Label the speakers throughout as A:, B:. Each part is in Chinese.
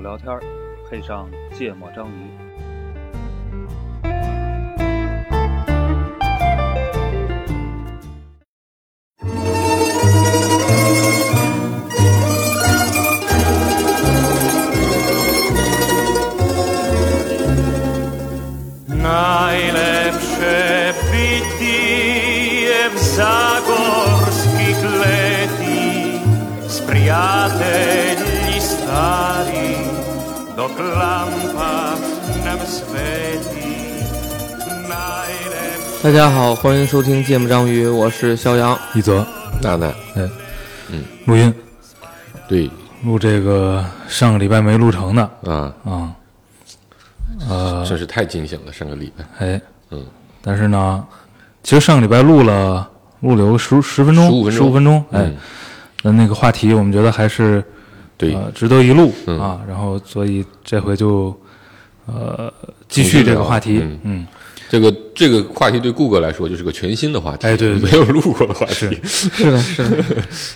A: 聊天儿，配上芥末章鱼。
B: Najlepsze wypije w zagorskich leti z przyjacieli stali do klampa nam sweti. Najlepsze
C: 大家好，欢迎收听《芥末章鱼》，我是肖阳。
D: 一则哎
E: 娜嗯娜，
D: 录音
E: 对
D: 录这个上个礼拜没录成的
E: 啊，
D: 啊，呃
E: 真是太惊险了。上个礼拜
D: 哎，
E: 嗯，
D: 但是呢，其实上个礼拜录了录了有十十分
E: 15
D: 钟，
E: 分
D: 十
E: 钟
D: 五分钟，哎
E: 嗯，
D: 那那个话题我们觉得还是
E: 对
D: 呃值得一录
E: 嗯
D: 啊，然后所以这回就呃继续这个话题
E: 重新聊，
D: 嗯，
E: 这个这个话题对顾哥来说就是个全新的话题，
D: 哎对对对
E: 没有录过的话题，
C: 是的，是的，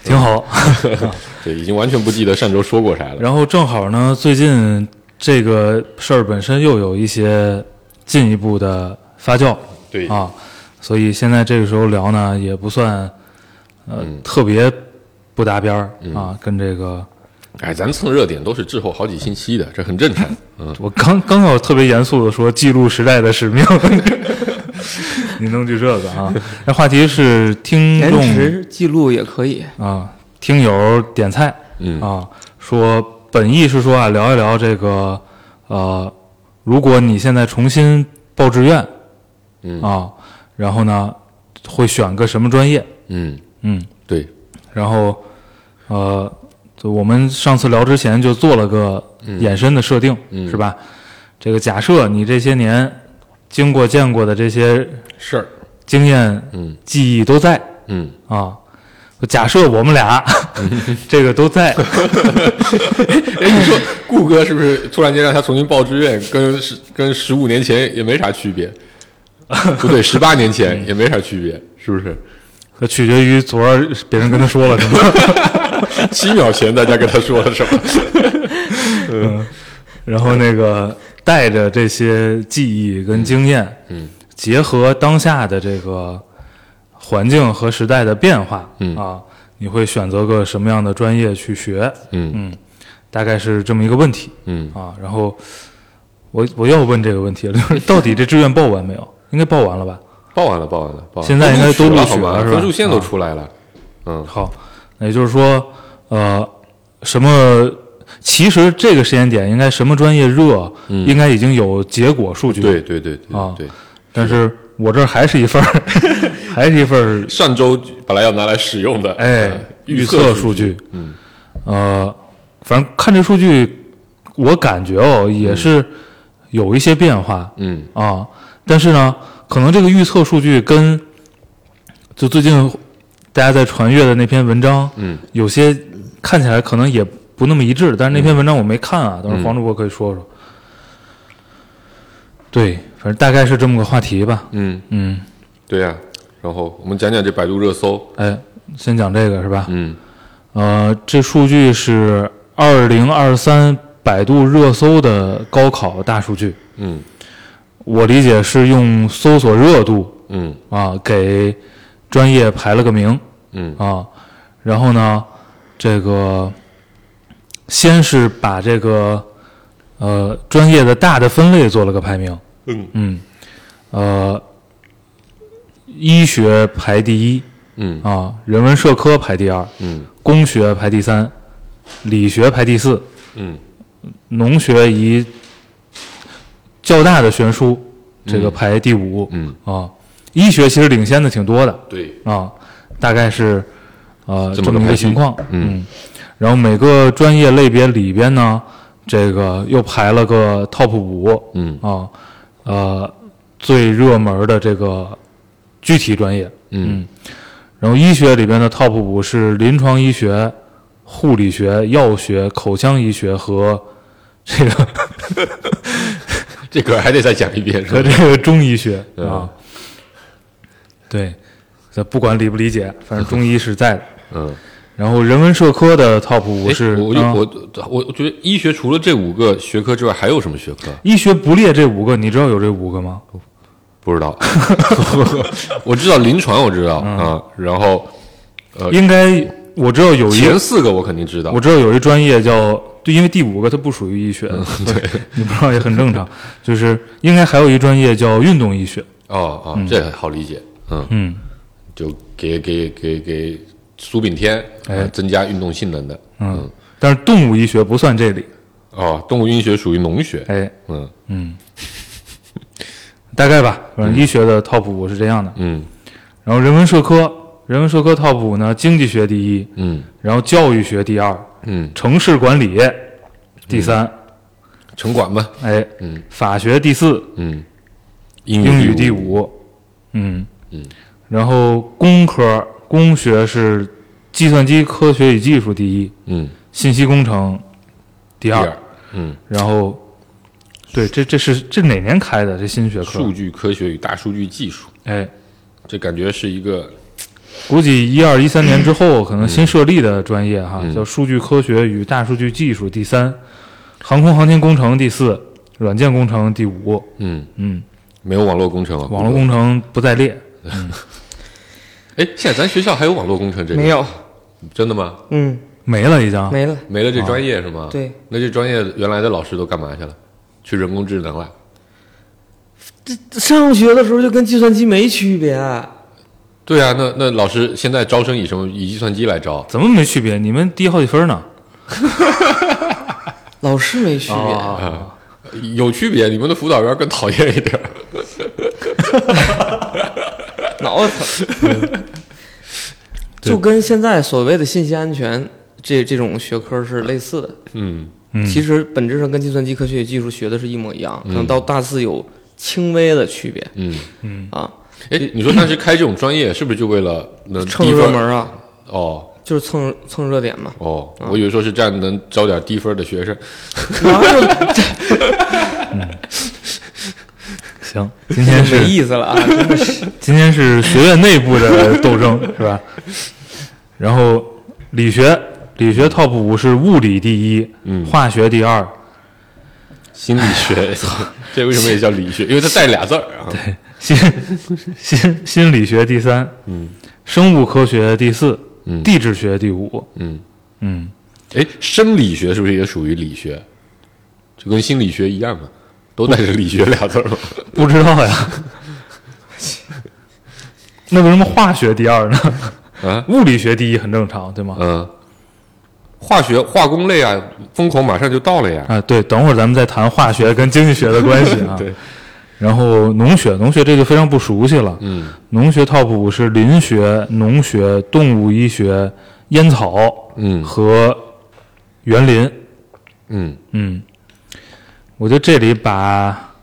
D: 挺好。
E: 嗯对，已经完全不记得上周说过啥了。
D: 然后正好呢，最近这个事儿本身又有一些进一步的发酵，
E: 对
D: 啊，所以现在这个时候聊呢，也不算呃、
E: 嗯
D: 特别不搭边儿啊，跟这个
E: 哎，咱蹭热点都是滞后好几星期的，这很 正常。嗯，
D: 我刚刚要特别严肃的说，记录时代的使命。 你弄句这个啊？那话题是听
C: 延
D: 众
C: 迟记录也可以。
D: 啊，听友点菜，
E: 嗯
D: 啊，说本意是说啊，聊一聊这个呃，如果你现在重新报志愿，
E: 嗯
D: 啊，然后呢会选个什么专业？
E: 嗯，
D: 嗯，
E: 对，
D: 然后呃，就我们上次聊之前就做了个衍生的设定，
E: 嗯
D: 是吧？这个假设你这些年经过见过的这些
E: 事儿，
D: 经验、
E: 嗯
D: 记忆都在
E: 嗯，
D: 啊。假设我们 俩这个都在，
E: 哎，你说顾哥是不是突然间让他重新报志愿，跟十跟十五年前也没啥区 别？不对，十八年
D: 嗯
E: 前也没啥区别，是 不是？
D: 可取决于昨儿别人跟他说了什么。
E: 七秒前大家跟他说了什么？
D: 然后那个带着这些记忆跟经验，
E: 嗯嗯
D: 结合当下的这个环境和时代的变化，
E: 嗯
D: 啊，你会选择个什么样的专业去学？
E: 嗯
D: 嗯，大概是这么一个问题
E: 嗯，
D: 啊。然后我我又问这个问题 了，就是到底这志愿报完没有？应该报完了吧？
E: 报完了，报完了，报完了。
D: 现在应该都录取了
E: 好吧
D: 是吧啊
E: 分数线都出来了。嗯
D: 好，那也就是说，呃，什么？其实这个时间点应该什么专业热，
E: 嗯
D: 应该已经有结果数据了。
E: 对对对对
D: 啊
E: 对，
D: 但是我这儿还是一份儿，还是一份儿，
E: 上周本来要拿来使用的，
D: 哎
E: 呃，
D: 预
E: 测
D: 测数
E: 据
D: 据，，嗯，呃，反正看这数据，我感觉哦也是有一些变化
E: 嗯
D: 啊，但是呢，可能这个预测数据跟就最近大家在传阅的那篇文章，
E: 嗯，
D: 有些看起来可能也不那么一致，但是那篇文章我没看啊，到时候黄主播可以说说。对，反正大概是这么个话题吧。
E: 嗯，
D: 嗯，
E: 对呀。然后我们讲讲这百度热搜，
D: 哎，先讲这个是吧？
E: 嗯
D: 呃，这数据是二零二三百度热搜的高考大数据，
E: 嗯
D: 我理解是用搜索热度
E: 嗯
D: 啊给专业排了个名
E: 嗯
D: 啊，然后呢，这个先是把这个呃专业的大的分类做了个排名，
E: 嗯
D: 嗯，呃，医学排第一
E: 嗯
D: 啊，人文社科排第二，
E: 嗯
D: 工学排第三，理学排第四，
E: 嗯
D: 农学以较大的悬殊，这个排第五、
E: 嗯，
D: 啊。医学其实领先的挺多的
E: 对，
D: 啊，大概是呃
E: 这
D: 这
E: 么个
D: 么一
E: 排
D: 个
E: 序
D: 情况。
E: 嗯
D: 然后每个专业类别里边呢，这个又排了个 top 五
E: 嗯
D: 啊，呃，最热门的这个具体专业，
E: 嗯
D: 然后医学里边的 top 五是临床医学、护理学、药学、口腔医学和这个
E: 这个还得再讲一遍是
D: 和
E: 吧？
D: 这个中医 学
E: 嗯
D: 啊。对，这不管理不理解，反正中医是在的。
E: 嗯
D: 然后人文社科的 top 五
E: 诶
D: 是
E: 我
D: 啊
E: 我我我我觉得医学除了这五个学科之外，还有什么学科？
D: 医学不列这五个，你知道有这五个吗？
E: 不知道， 我知道临床我知道
D: 嗯
E: 啊，然后呃
D: 应该我知道有一
E: 前四个我肯定知道
D: 我。知道有一专业叫，对，因为第五个它不属于医学，
E: 嗯
D: 对，你不知道也很正常。就是应该还有一专业叫运动医学，
E: 哦哦，这好理解，嗯，
D: 嗯，
E: 就给给给给苏炳添
D: 哎
E: 呃增加运动性能的，嗯，
D: 但是动物医学不算这里，
E: 哦，动物医学属于农学，
D: 哎，
E: 嗯
D: 大概吧，反正医学的 top 五是这样的。
E: 嗯
D: 然后人文社科，人文社科 top 五呢，经济学第一，
E: 嗯
D: 然后教育学第二，
E: 嗯，
D: 城市管理第三，
E: 城管吧，
D: 哎，
E: 嗯
D: 法学第四，
E: 嗯，英
D: 英
E: 语
D: 语第
E: 五，
D: 五，嗯
E: 嗯，
D: 然后工科工学是计算机科学与技术第一，
E: 嗯，
D: 信息工程第
E: 第
D: 二，
E: 二，嗯，
D: 然后对，这这是这哪年开的这新学科
E: 数？据科学与大数据技术，
D: 哎，
E: 这感觉是一个
D: 估计一二一三年之后可能新设立的专业哈，叫数据科学与大数据技术第三，航空航天工程第四，软件工程第五，
E: 嗯，
D: 嗯，
E: 没有网络工程啊了，
D: 网络工程不在列，
E: 哎，现在咱学校还有网络工程这个？
C: 没，有，
E: 真的吗？
C: 嗯，
D: 没了已经。
C: 没了。
E: 没了这
D: 啊
E: 专业是吗？
C: 对，
E: 那这专业原来的老师都干嘛去了？去人工智能了？
C: 上学的时候就跟计算机没区别，
E: 对啊，那那老师现在招生以什么？以计算机来招？
D: 怎么没区别？你们低好几分呢？
C: 老师没区别。
E: 有区别，你们的辅导员更讨厌一点儿。
C: 脑 子疼，就跟现在所谓的信息安全这这种学科是类似的。
E: 嗯
D: 嗯
C: 其实本质上跟计算机科学与技术学的是一模一样，可能到大四有轻微的区别
E: 嗯，
C: 啊，
E: 哎，你说当时开这种专业是不是就为了能
C: 蹭
E: 低
C: 热
E: 分
C: 门
E: 儿？
C: 啊，
E: 哦。
C: 就是蹭蹭热点 嘛
E: 哦，我以为说是这样能招点低分儿的学生。
C: 然后
D: 行，今天
C: 没
D: 是
C: 意思了啊，真的是
D: 今天是学院内部的斗争， 是吧？然后理学理学 top 五是物理第一，
E: 嗯
D: 化学第二，
E: 心理 学，这为什么也叫理学？因为它带俩字儿啊。
D: 心 心心理学第三，
E: 嗯，
D: 生物科学第四，
E: 嗯
D: 地质学第五，
E: 嗯，
D: 嗯，
E: 哎，生理学是不是也属于理学？就跟心理学一样嘛，都带着理学俩字儿 嘛。
D: 不知道呀。 那为什么化学第二呢？
E: 啊，
D: 物理学第一很正常，对吗？
E: 嗯，化学化工类啊，风口马上就到了呀。
D: 啊，对，等会儿咱们再谈化学跟经济学的关系啊。
E: 对，
D: 然后农学，农学这就非常不熟悉了。
E: 嗯
D: 农学 top 五是林学、农学、动物医学、烟草
E: 嗯
D: 和园林。
E: 嗯，
D: 嗯，我觉得这里把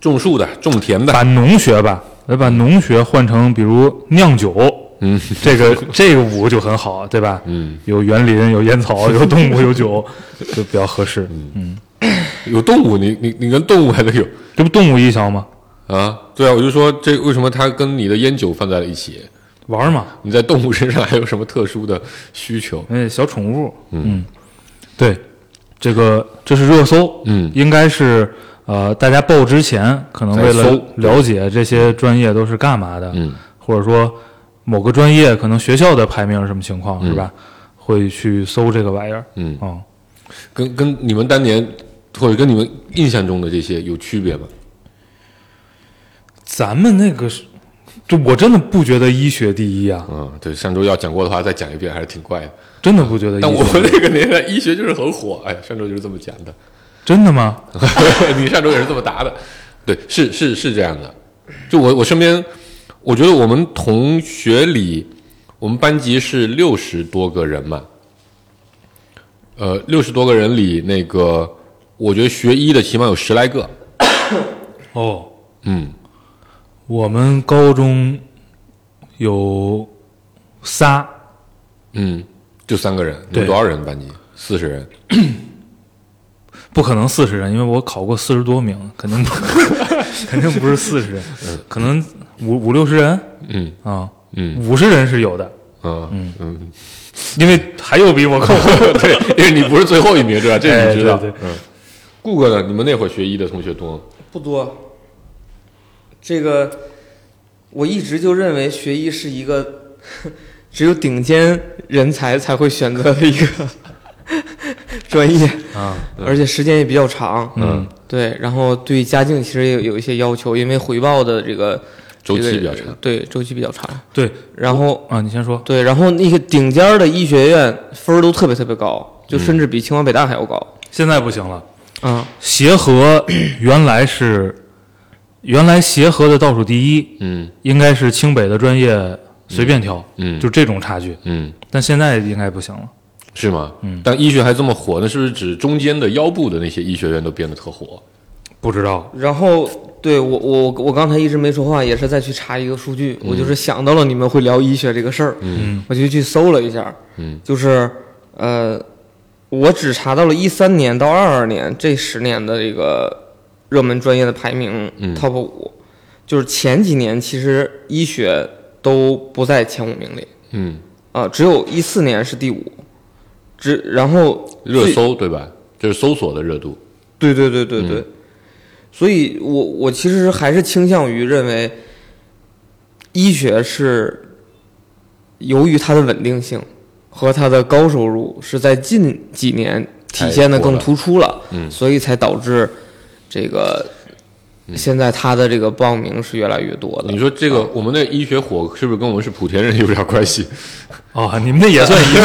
E: 种树的，种田的，
D: 把农学吧，来把农学换成比如酿酒，
E: 嗯
D: 这个这个五就很好，对吧？
E: 嗯，
D: 有园林，有烟草，有动物，有酒，就比较合适。嗯，
E: 有动物，你你你跟动物还得有
D: 这不动物医疗吗？
E: 啊？对啊，我就说这为什么它跟你的烟酒放在了一起？
D: 玩儿嘛，
E: 你在动物身上还有什么特殊的需求？
D: 哎，小宠物，嗯，对，这个这是热搜，
E: 嗯
D: 应该是呃，大家报之前可能为了
E: 在搜
D: 了解这些专业都是干嘛的，
E: 嗯
D: 或者说某个专业可能学校的排名是什么情况，是吧？会去搜这个玩意儿，
E: 嗯，
D: 嗯，
E: 跟跟你们当年或者跟你们印象中的这些有区别吗？
D: 咱们那个是，就我真的不觉得医学第一啊，
E: 嗯，对，上周要讲过的话再讲一遍还是挺怪的。
D: 真的不觉得医
E: 但我
D: 学
E: 们
D: 第一，
E: 那个年代医学就是很火，哎，上周就是这么讲的，
D: 真的吗？
E: 你上周也是这么答的，对，是是是这样的。就我我身边，我觉得我们同学里，我们班级是六十多个人嘛，呃，六十多个人里，那个我觉得学医的起码有十来个，
D: 哦，
E: 嗯，
D: 我们高中有仨。
E: 嗯，就三个人，你
D: 对
E: 们多少人班级？四十人，
D: 不可能四十人，因为我考过四十多名，肯定不， 肯定不是四十人，可能五五六十人
E: 嗯
D: 啊，
E: 嗯
D: 五十人是有的，
E: 啊，嗯嗯，
D: 因为还有比我 更好。
E: 对，因为你不是最后一名，对吧？这个
D: 哦哎
E: 你知道。
D: 对对
E: 嗯，顾哥呢？你们那会儿学医的同学多吗？
C: 不多。这个我一直就认为学医是一个只有顶尖人才才会选择的一个 专业，
D: 啊，
C: 而且时间也比较长。
D: 嗯，
C: 对，然后对家境其实也有有一些要求，因为回报的这个
E: 周期
C: 这个
E: 比较长
C: 对，周期比较长。
D: 对
C: 然后
D: 啊，你先说。
C: 对，然后那个顶尖儿的医学院分儿都特别特别高，
E: 嗯
C: 就甚至比清华北大还要高。
D: 现在不行了，
C: 嗯，
D: 协和原来是原来协和的倒数第一，
E: 嗯
D: 应该是清北的专业随便挑，
E: 嗯
D: 就这种差距。
E: 嗯，
D: 但现在应该不行了。
E: 是吗？嗯，但医学还这么火，那是不是指中间的腰部的那些医学院都变得特火？
D: 不知道，
C: 然后对我我我刚才一直没说话，也是在去查一个数据，我就是想到了你们会聊医学这个事儿，
E: 嗯
C: 我就去搜了一下，
E: 嗯
C: 就是呃，我只查到了一三年到二二年这十年的这个热门专业的排名
E: 嗯
C: top 五、就是前几年其实医学都不在前五名里
E: 嗯，
C: 啊、只有一四年是第五，只然后
E: 热
C: 最
E: 搜对吧？就是搜索的热度。
C: 对对对对对，
E: 嗯
C: 所以我我其实还是倾向于认为，医学是由于它的稳定性和它的高收入是在近几年体现的更突出了，
E: 嗯
C: 所以才导致这个现在它的这个报名是越来越多的
E: 你。说这个，我们的医学火是不是跟我们是莆田人有点关 系？
D: 哦，你们那也算医学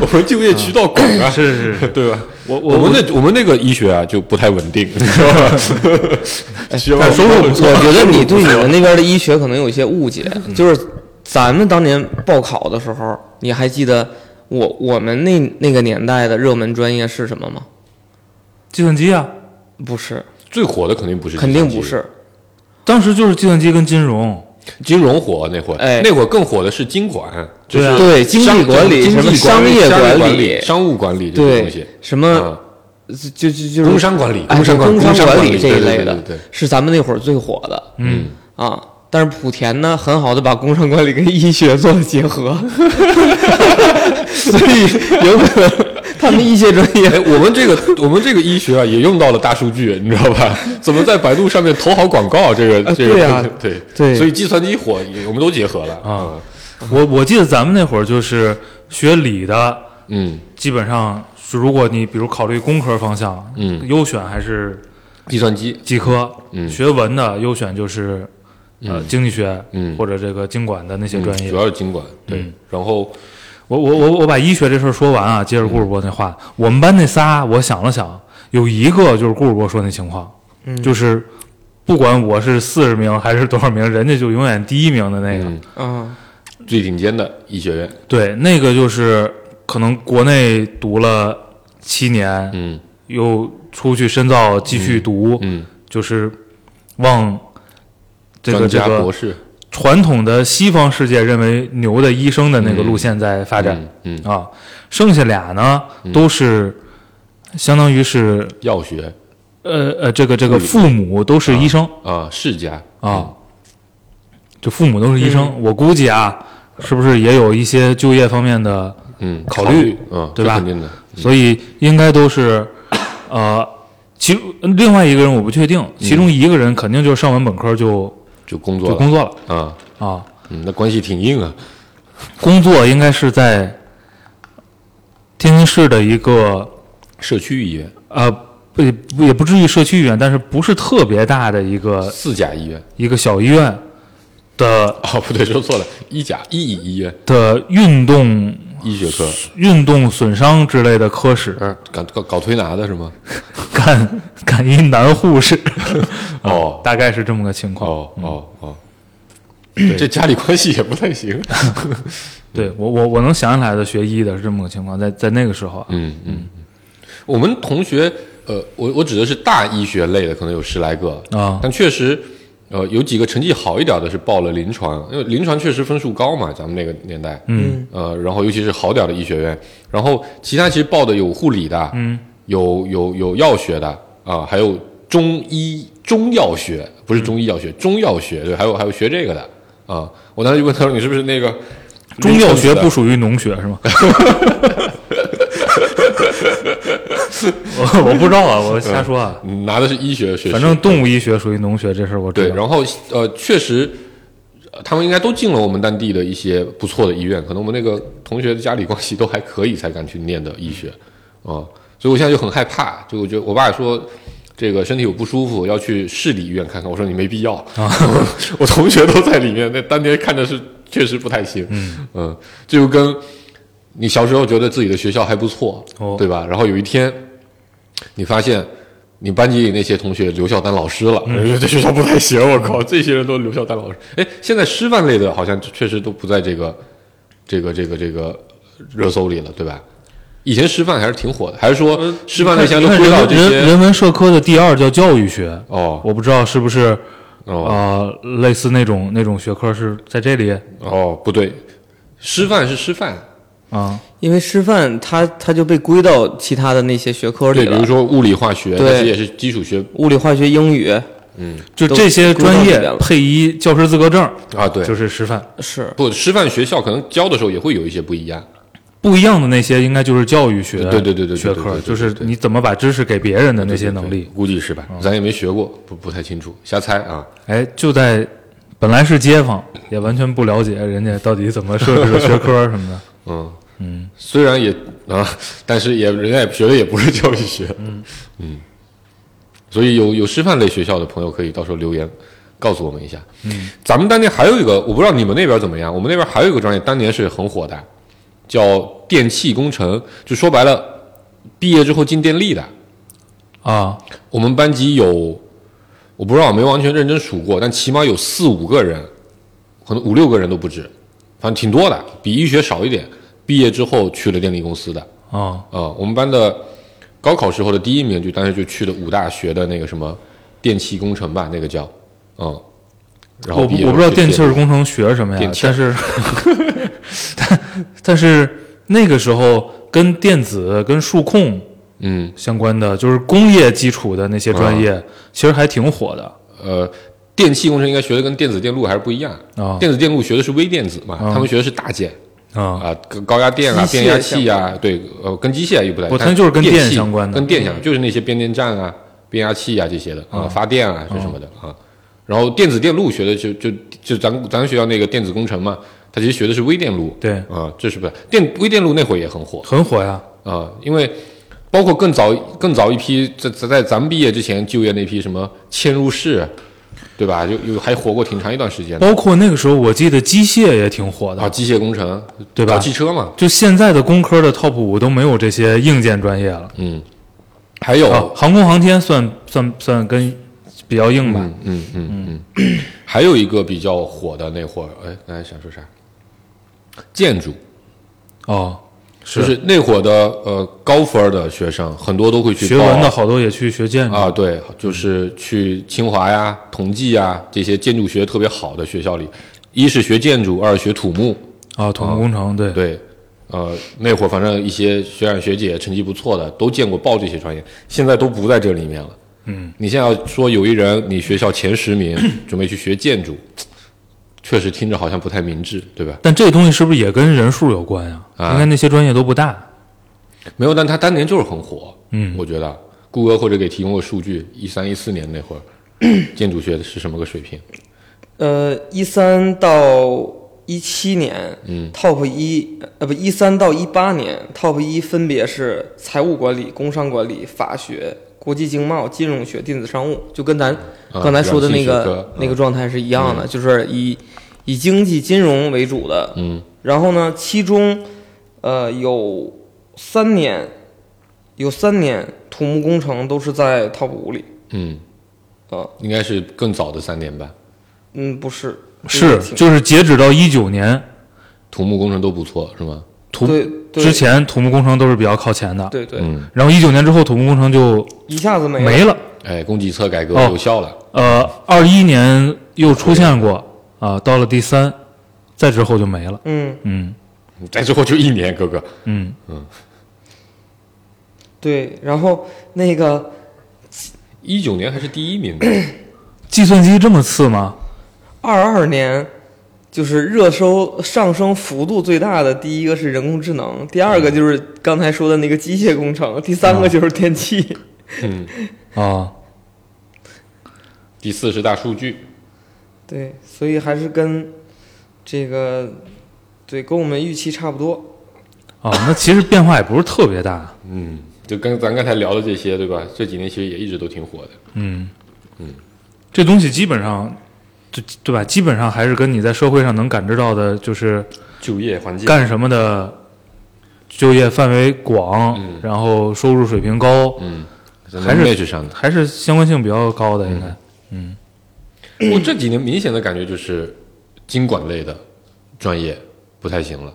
E: 我们就业渠道广 啊，
D: 是是是，
E: 对吧？
D: 我
E: 我
D: 我
E: 们那我们那个医学啊就不太稳定， 你知道吧？需要
D: 但收入不错
C: 我觉得你对你们那边的医学可能有一些误解，
E: 嗯
C: 就是咱们当年报考的时候，你还记得我我们那那个年代的热门专业是什么吗？
D: 计算机啊，
C: 不是，
E: 最火的肯定不是计算
C: 肯
E: 机，
C: 定不是。
D: 当时就是计算机跟金融。
E: 金融火那会儿，
C: 哎
E: 那会儿更火的是经管，就是
D: 对啊
C: 对经济
E: 商
C: 管理
E: 经
C: 什么
E: 济
C: 商
E: 理
C: 业
E: 商业
C: 管理
E: 理、商务管理这些东西
C: 对，，什么
E: 啊
C: 就就就是
E: 工商管理
C: 哎
E: 工商管理
C: 工商
E: 工商管理
C: 理这一类的
E: 对对对对对，
C: 是咱们那会儿最火的
E: 嗯，
C: 啊。但是莆田呢，很好的把工商管理跟医学做了结合， 所以有可能他们医学专业
E: 哎，我们这个我们这个医学啊，也用到了大数据，你知道吧？ 怎么在百度上面投好广告？这个
C: 啊
E: 这个
C: 对啊
E: 对
C: 对
E: 所以计算机火也我们都结合了
D: 啊，我我记得咱们那会儿就是学理的，
E: 嗯，
D: 基本上是如果你比如考虑工科方向，
E: 嗯
D: 优选还是
E: 计算机，
D: 技科，
E: 嗯
D: 学文的优选就是呃经济学，
E: 嗯
D: 或者这个经管的那些专业
E: 主。要是经管对
D: 嗯，
E: 然后
D: 我我我我把医学这事儿说完啊，接着顾主播那话，
E: 嗯
D: 我们班那仨，我想了想，有一个就是顾主播说那情况，
C: 嗯
E: 嗯
D: 就是不管我是四十名还是多少名，人家就永远第一名的那个。
E: 嗯
C: 啊，
E: 最顶尖的医学院，
D: 对，那个就是可能国内读了七年，
E: 嗯
D: 又出去深造继续读，
E: 嗯，
D: 就是往这个
E: 专
D: 这
E: 家博
D: 个
E: 士
D: 传统的西方世界认为牛的医生的那个路线在发展、，
E: 嗯嗯，
D: 啊。剩下俩呢，都是相当于是
E: 药学
D: 呃呃，这个这个父母都是医生
E: 啊，世家
D: 啊，就父母都是医生。我估计啊，是不是也有一些就业方面的？
E: 嗯，
D: 考
E: 考
D: 虑
E: 嗯，
D: 对
E: 这
D: 吧
E: 肯定的，
D: 所以应该都是，呃，其另外一个人我不确定，其中一个人肯定就是上完本科就
E: 就工作
D: 就
E: 了
D: 工作了
E: 啊，
D: 啊，
E: 嗯，那关系挺硬啊，
D: 工作应该是在天津市的一个
E: 社区医院、
D: 呃，不也不也不至于社区医院，但是不是特别大的一个
E: 呃四甲医院，
D: 一个小医院的
E: 哦，不对，说错了，医甲、医乙医院、
D: 的运动
E: 医学科，
D: 运动损伤之类的科室，
E: 嗯，搞搞搞推拿的是吗？
D: 干 干一男护士，啊
E: 哦
D: 大概是这么个情况。
E: 哦哦哦，这家里关系也不太行，
D: 对我我我能想起来的学医的是这么个情况，在在那个时候啊，
E: 嗯嗯，我们同学，呃，我我指的是大医学类的，可能有十来个
D: 啊
E: 但确实，呃，有几个成绩好一点的是报了临床，因为临床确实分数高嘛，咱们那个年代，嗯，呃，然后尤其是好点的医学院，然后其他其实报的有护理的，嗯，有有有药学的啊、还有中医中药学，
D: 嗯
E: 不是中医药学，中药学对，还有还有学这个的啊、我当时就问他说你是不是那个
D: 中药学不属于农学是 吗？我我不知道啊，
E: 嗯
D: 我瞎说啊。
E: 你拿的是医学学士，
D: 反正动物医学属于农学这事儿我知
E: 对，
D: 道。
E: 然后呃，确实，呃他们应该都进了我们当地的一些不错的医院，可能我们那个同学的家里关系都还可以，才敢去念的医学啊、所以我现在就很害怕，就我觉得我爸说。这个身体有不舒服，要去市里医院看看。我说你没必要，我同学都在里面，那当年看着是确实不太行。嗯这就跟你小时候觉得自己的学校还不错，
D: 哦
E: 对吧？然后有一天，你发现你班级里那些同学留校当老师了，我觉嗯哎得这学校不太行，我靠，这些人都留校当老师。哎，现在师范类的好像确实都不在这个这个这个这个热搜里了，对吧？以前师范还是挺火的，还是说师范类现在都
D: 呃看
E: 归到这
D: 人人
E: 些？
D: 人文社科的第二叫教育学，
E: 哦
D: 我不知道是不是
E: 哦
D: 呃类似那种那种学科是在这里
E: 哦，不对，师范是师范，
D: 啊。
C: 因为师范它它就被归到其他的那些学科里
E: 对，比
C: 了，
E: 如说物理化学，
C: 对
E: 但是也是基础学
C: 物理、化学、英语
D: 就
C: 都
D: 这些
C: 归到
D: 专
C: 这
D: 业
C: 边了
D: 配一教师资格证，
E: 啊，对，
D: 就是师范。
C: 是
E: 不师范学校可能教的时候也会有一些不一样。
D: 不一样的那些应该就是教育学
E: 对对对对对
D: 学
E: 对对
D: 科，
E: 对对
D: 就是你怎么把知识给别人的那些能
E: 对
D: 力。
E: 估计是吧？咱也没学过，不不太清楚，瞎猜啊。
D: 哎，就在本来是街坊，也完全不了解人家到底怎么设置的学科什么的。
E: 嗯嗯，虽然也啊，但是也人家也学的也不是教育学，嗯所以有有师范类学校的朋友可以到时候留言告诉我们一下。嗯，咱们当年还有一个，我不知道你们那边怎么样，我们那边还有一个专业当年是很火的，叫电气工程，就说白了，毕业之后进电力的。
D: 啊，
E: 我们班级有，我不知道，我没完全认真数过，但起码有四五个人，可能五六个人都不止，反正挺多的，比医学少一点。毕业之后去了电力公司的，
D: 啊，
E: 啊、我们班的高考时候的第一名就当时就去了武大学的那个什么电气工程吧，那个叫，嗯，然
D: 我
E: 后
D: 不
E: 毕业
D: 我不知道
E: 就去
D: 电气儿工程学什么呀
E: 电，气儿
D: 但是但 但是那个时候跟电子跟数控
E: 嗯
D: 相关的，就是工业基础的那些专
E: 啊
D: 业，其实还挺火的
E: 呃电气工程应该学的跟电子电路还是不一样，
D: 啊
E: 电子电路学的是微电子嘛，他们学的是大件，
D: 啊。
E: 啊，高高压电啊，
C: 机械
E: 变压器啊，对，呃，跟机械也不太，
D: 我
E: 但
D: 它就是跟
E: 电
D: 电
E: 器
D: 相关的嗯
E: 跟电相关，就是那些变电站啊、变压器啊这些的啊，发电啊
D: 嗯
E: 是什么的啊。然后电子电路学的就就就咱咱学校那个电子工程嘛，它其实学的是微电路，
D: 对
E: 啊，这是不是电微电路那会儿也很火
D: 很火呀，
E: 啊，因为包括更早更早一批在在在咱们毕业之前就业那批什么嵌入式，对吧？就有还火过挺长一段时间的
D: 包括那个时候，我记得机械也挺火的
E: 啊，，机械工程
D: 对吧
E: 搞汽车嘛，
D: 就现在的工科的 top 五都没有这些硬件专业了。
E: 嗯，还有
D: 啊，航空航天算算算跟比较硬吧。
E: 嗯嗯嗯嗯，还有一个比较火的那会儿，哎，刚才想说啥？建筑
D: 哦，
E: 就，是那会儿的呃高分的学生很多都会去
D: 学
E: 报
D: 文的好多也去学建筑。
E: 啊，对，就是去清华呀、同济呀这些建筑学特别好的学校里，一是学建筑，二是学土木，
D: 啊，土木工程对，
E: 对，呃，那会儿反正一些学长学姐成绩不错的都见过报这些专业，现在都不在这里面了。嗯，你现在要说有一人你学校前十名准备去学建筑，确实听着好像不太明智，对吧？
D: 但这东西是不是也跟人数有关呀？
E: 啊
D: 应该那些专业都不大。
E: 没有，但他当年就是很火，
D: 嗯
E: 我觉得顾哥或者给提供个数据，一三一四年那会儿。建筑学是什么个水平？
C: 呃一三到一七年，
E: 嗯
C: ，top 一呃不一三到一八年 top 一分别是财务管理、工商管理、法学、国际经贸、金融学、电子商务，就跟咱
E: 啊
C: 刚才说的那
E: 软性学
C: 个、
E: 科啊
C: 那个状态是一样的，就是以以经济金融为主的，
E: 嗯，
C: 然后呢，其中呃有三年，有三年土木工程都是在 top 五里。
E: 嗯，
C: 啊，
E: 应该是更早的三年吧。
C: 嗯，不是，
D: 是，
C: 挺
D: 就是截止到一九年
E: 土木工程都不错，是吗？
D: 土
C: 对对
D: 之前，土木工程都是比较靠前的。
C: 对对，
E: 嗯，
D: 然后一九年之后，土木工程就
C: 一下子没
D: 没了。
E: 哎，供给侧改革
D: 哦
E: 有效了。
D: 呃，二一年又出现过啊、到了第三，再之后就没了。
C: 嗯，
D: 嗯
E: 再之后就一年，哥哥。
D: 嗯，
C: 对，然后那个
E: 一 九年还是第一名的，
D: 计算机这么次吗？
C: 二二年就是热搜上升幅度最大的，第一个是人工智能，第二个就是刚才说的那个机械工程，第三个就是电器。
E: 嗯，
D: 啊，
E: 第四是大数据，
C: 对，所以还是跟这个对跟我们预期差不多。
D: 哦，那其实变化也不是特别大。
E: 嗯，就跟咱刚才聊的这些，对吧？这几年其实也一直都挺火的。
D: 嗯，这东西基本上，对对吧？基本上还是跟你在社会上能感知到的，就是
E: 就业环境，
D: 干什么的就业范围广，
E: 嗯
D: 然后收入水平高，
E: 嗯，
D: 还是
E: match 上的。
D: 还是相关性比较高的，应该。
E: 我这几年明显的感觉就是，经管类的专业不太行了。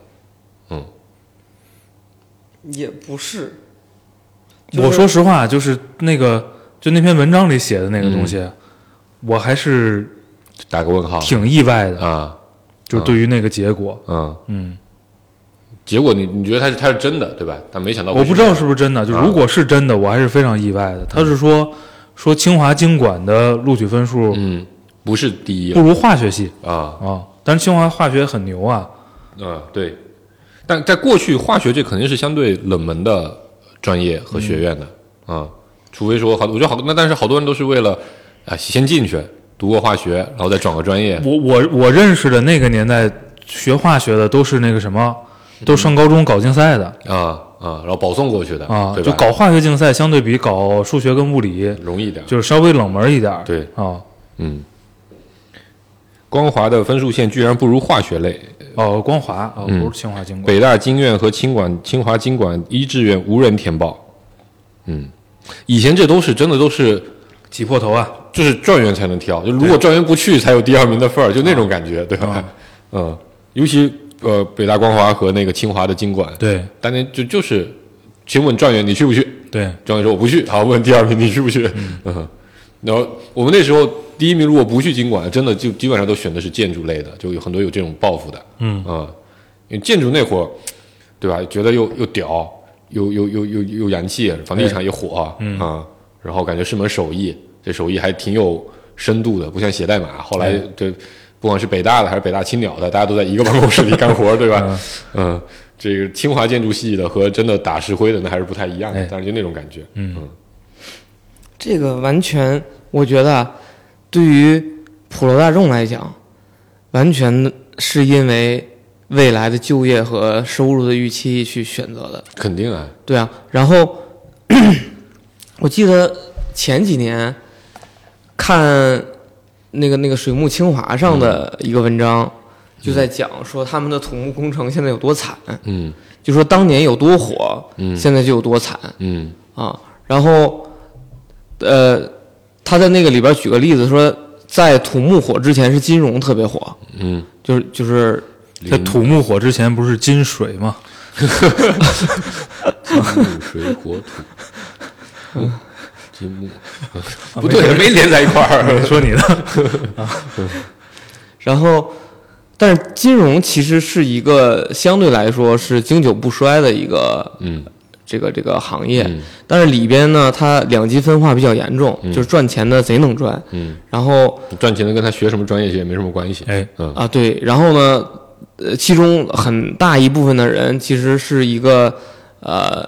E: 嗯，
C: 也不是，
D: 我说实话，就是那个，就那篇文章里写的那个
E: 嗯
D: 东西，我还是
E: 打个问号
D: 挺意外的，
E: 啊，
D: 就是对于那个结果，
E: 嗯。
D: 嗯，
E: 结果你你觉得它是它是真的对吧？但没想到
D: 我不知
E: 这
D: 道
E: 样
D: 是不是真的。就
E: 啊
D: 如果是真的，我还是非常意外的。他是说说清华经管的录取分数
E: 嗯，不是第一
D: 不
E: 啊
D: 如化学系
E: 啊
D: 啊，但是清华化学很牛啊，
E: 啊对，但在过去化学这肯定是相对冷门的专业和学院的
D: 嗯
E: 啊，除非说好，我觉得好那但是好多人都是为了啊先进去读过化学，然后再转个专业，
D: 我我我认识的那个年代学化学的都是那个什么，都上高中搞竞赛的
E: 啊啊，然后保送过去的
D: 啊，
E: 对吧？
D: 就搞化学竞赛相对比搞数学跟物理
E: 容易点，
D: 就是稍微冷门一点儿。
E: 对
D: 啊，
E: 嗯。光华的分数线居然不如化学类，
D: 哦，光华哦，
E: 嗯
D: 不是清华经管，
E: 北大经院和清管清华经管一志愿无人填报。嗯，以前这都是真的都是
D: 挤破头啊。
E: 就是状元才能挑，就如果状元不去，才有第二名的份儿，就那种感觉，对吧？ 嗯，尤其呃，北大光华和那个清华的经管，
D: 对
E: 当年就就是，请问状元你去不去？
D: 对，
E: 状元说我不去，好，问第二名你去不去？ 嗯，然后我们那时候第一名如果不去经管，真的就基本上都选的是建筑类的，就有很多有这种抱负的，
D: 嗯
E: 啊、因为建筑那会儿，对吧？觉得又又屌，又又又又又洋气，房地产也火，嗯啊，然后感觉是门手艺，这手艺还挺有深度的，不像写代码。后来这不管是北大的还是北大青鸟的，大家都在一个办公室里干活，对吧？嗯，这个清华建筑系的和真的打石灰的那还是不太一样的
D: 哎，
E: 但是就那种感觉，嗯
C: 这个完全，我觉得啊对于普罗大众来讲，完全是因为未来的就业和收入的预期去选择的。
E: 肯定啊，
C: 对啊，然后 我记得前几年看那个那个水木清华上的一个文章，就在讲说他们的土木工程现在有多惨，
E: 嗯
C: 就说当年有多火，
E: 嗯
C: 现在就有多惨
E: 嗯
C: 啊。然后，呃，他在那个里边举个例子说，在土木火之前是金融特别火，
E: 嗯，
C: 就是就是
D: 在土木火之前不是金水吗？
E: 木水火土，金木，不对，没连在一块儿，
D: 说你的，
C: 然后，但是金融其实是一个相对来说是经久不衰的一个
E: 嗯
C: 这个这个行业，
E: 嗯
C: 但是里边呢，它两极分化比较严重，就是赚钱的贼能赚，
E: 嗯。
C: 然后
E: 赚钱的跟他学什么专业其实也没什么关系。
D: 哎，
E: 嗯
C: 啊对，然后呢，呃，其中很大一部分的人其实是一个呃。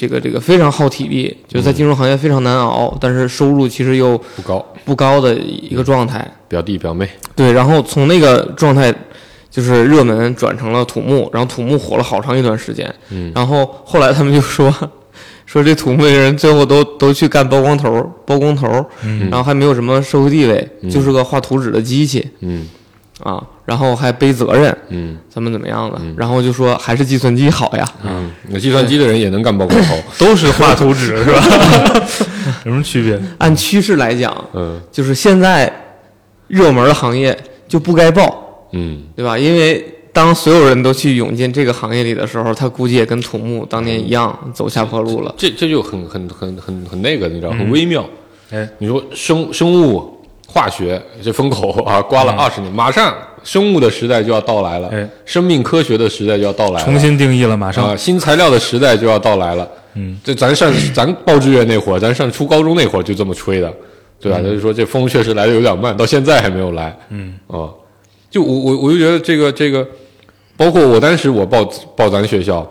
C: 这个这个非常耗体力，就是在金融行业非常难熬，但是收入其实又
E: 不高，
C: 不高的一个状态。
E: 表弟表妹，
C: 对，然后从那个状态就是热门转成了土木，然后土木火了好长一段时间，
E: 嗯
C: 然后后来他们就说 说这土木的人最后都都去干包工头儿，包工头儿，然后还没有什么社会地位，就是个画图纸的机器
E: 嗯
C: 啊，然后还背责任，
E: 嗯
C: 怎么怎么样的，然后就说还是计算机好呀，
E: 嗯，那计算机的人也能干包工头，
D: 都是 画图纸是吧？有什么区别？
C: 按趋势来讲，
E: 嗯
C: 就是现在热门的行业就不该报，
E: 嗯
C: 对吧？因为当所有人都去涌进这个行业里的时候，他估计也跟土木当年一样走下坡路了。
E: 这这就很很很很很那个，你知道，很微妙。
D: 嗯哎，
E: 你说生生物化学这风口啊，刮了二十年，马上生物的时代就要到来了
D: 嗯哎，
E: 生命科学的时代就要到来了，
D: 重新定义了，马上
E: 啊，新材料的时代就要到来了。嗯，这咱上咱报志愿那会儿，咱上初高中那会儿就这么吹的，对吧？就是说这风确实来的有点慢，到现在还没有来。嗯，哦，就我我我就觉得这个这个，包括我当时我报报咱学校，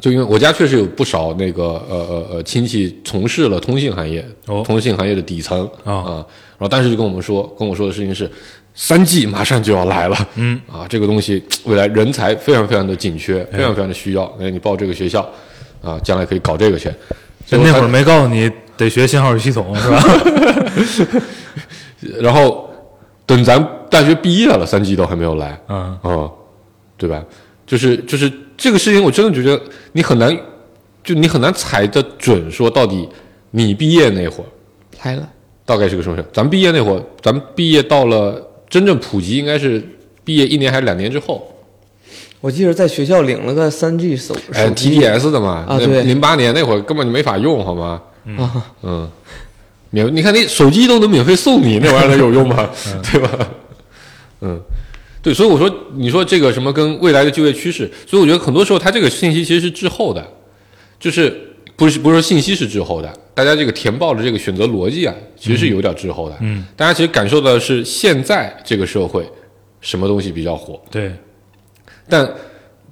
E: 就因为我家确实有不少那个呃呃呃亲戚从事了通信行业，
D: 哦
E: 通信行业的底层啊、
D: 哦
E: 然后当时就跟我们说，跟我说的事情是，三 G 马上就要来了，嗯啊，这个东西未来人才非常非常的紧缺，非常非常的需要，哎，你报这个学校啊，将来可以搞这个去。
D: 就那会儿没告诉你得学信号与系统是吧？
E: 然后等咱大学毕业了，三 G 都还没有来，
D: 嗯，
E: 哦，对吧？就是就是这个事情，我真的觉得你很难，就你很难踩得准，说到底你毕业那会儿
C: 来了，
E: 大概是个什么事儿。咱们毕业那会儿，咱们毕业到了真正普及，应该是毕业一年还是两年之后。
C: 我记得在学校领了个三 G 手
E: 哎
C: 手机
E: ，TDS 的嘛，
C: 啊对
E: 零八年那会儿根本就没法用，好吗？
C: 啊，
E: 嗯，免你看那手机都能免费送你，那玩意儿能有用吗？ 对吧？嗯，对，所以我说，你说这个什么跟未来的就业趋势，所以我觉得很多时候它这个信息其实是滞后的，就是不是不是说信息是滞后的，大家这个填报的这个选择逻辑啊，其实是有点滞后的。
D: 嗯，
E: 大家其实感受到的是现在这个社会什么东西比较火，
D: 对，
E: 但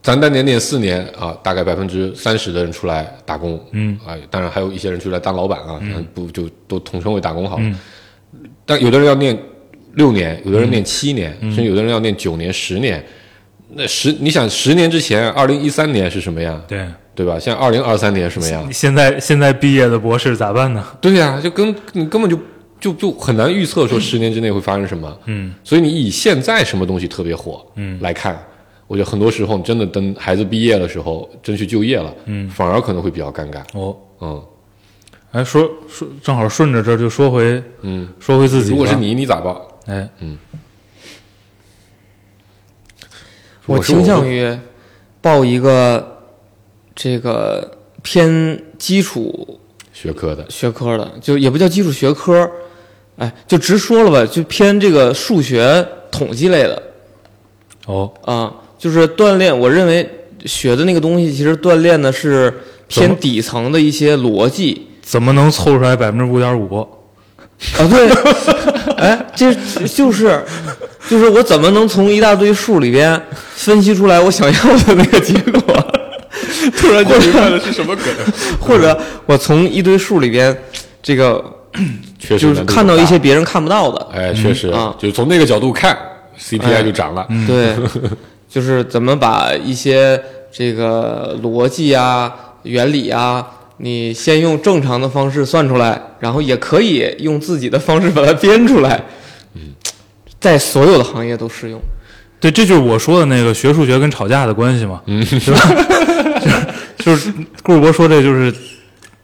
E: 咱当年念四年啊，大概百分之三十的人出来打工，
D: 嗯，
E: 啊，当然还有一些人出来当老板啊，咱不就都统称为打工好了。但有的人要念六年，有的人念七年，甚至有的人要念九年、十年。那十，你想十年之前，二零一三年是什么样，
D: 对。
E: 对吧？像二零二三年什么样？
D: 你现在现在毕业的博士咋办呢？
E: 对呀、就跟你根本就就就很难预测说十年之内会发生什么。
D: 嗯，
E: 所以你以现在什么东西特别火，嗯，来看，我觉得很多时候你真的等孩子毕业的时候，真去就业了，嗯，反而可能会比较尴尬。
D: 哦，
E: 嗯
D: 哎，说说正好顺着这儿就说回
E: 嗯，
D: 说回自己吧。
E: 如果是你，你咋办？
D: 哎，
E: 我是
C: 倾
E: 我
C: 向于报一个这个偏基础
E: 学科的，
C: 学科的，就也不叫基础学科，哎，就直说了吧，就偏这个数学统计类的
D: 哦，
C: 啊，就是锻炼。我认为学的那个东西，其实锻炼的是
D: 怎么
C: 偏底层的一些逻辑。
D: 怎么能凑出来百分之五点五？
C: 啊，对，哎，这就是就是我怎么能从一大堆数里边分析出来我想要的那个结果？ 突然就明 白了是什么梗，或者我从一堆数里边，这个
E: 确实
C: 就是
E: 难度
C: 看到
E: 很
C: 一
E: 大
C: 些，别人看不到的，
E: 哎，确实，
C: 啊
E: 就是从那个角度看
C: 哎
E: ，CPI 就涨了。
C: 对，就是怎么把一些这个逻辑啊、原理啊，你先用正常的方式算出来，然后也可以用自己的方式把它编出来。在所有的行业都适用。
D: 对，这就是我说的那个学数学跟吵架的关系嘛，嗯，对吧？ 就是就是顾世博说这就是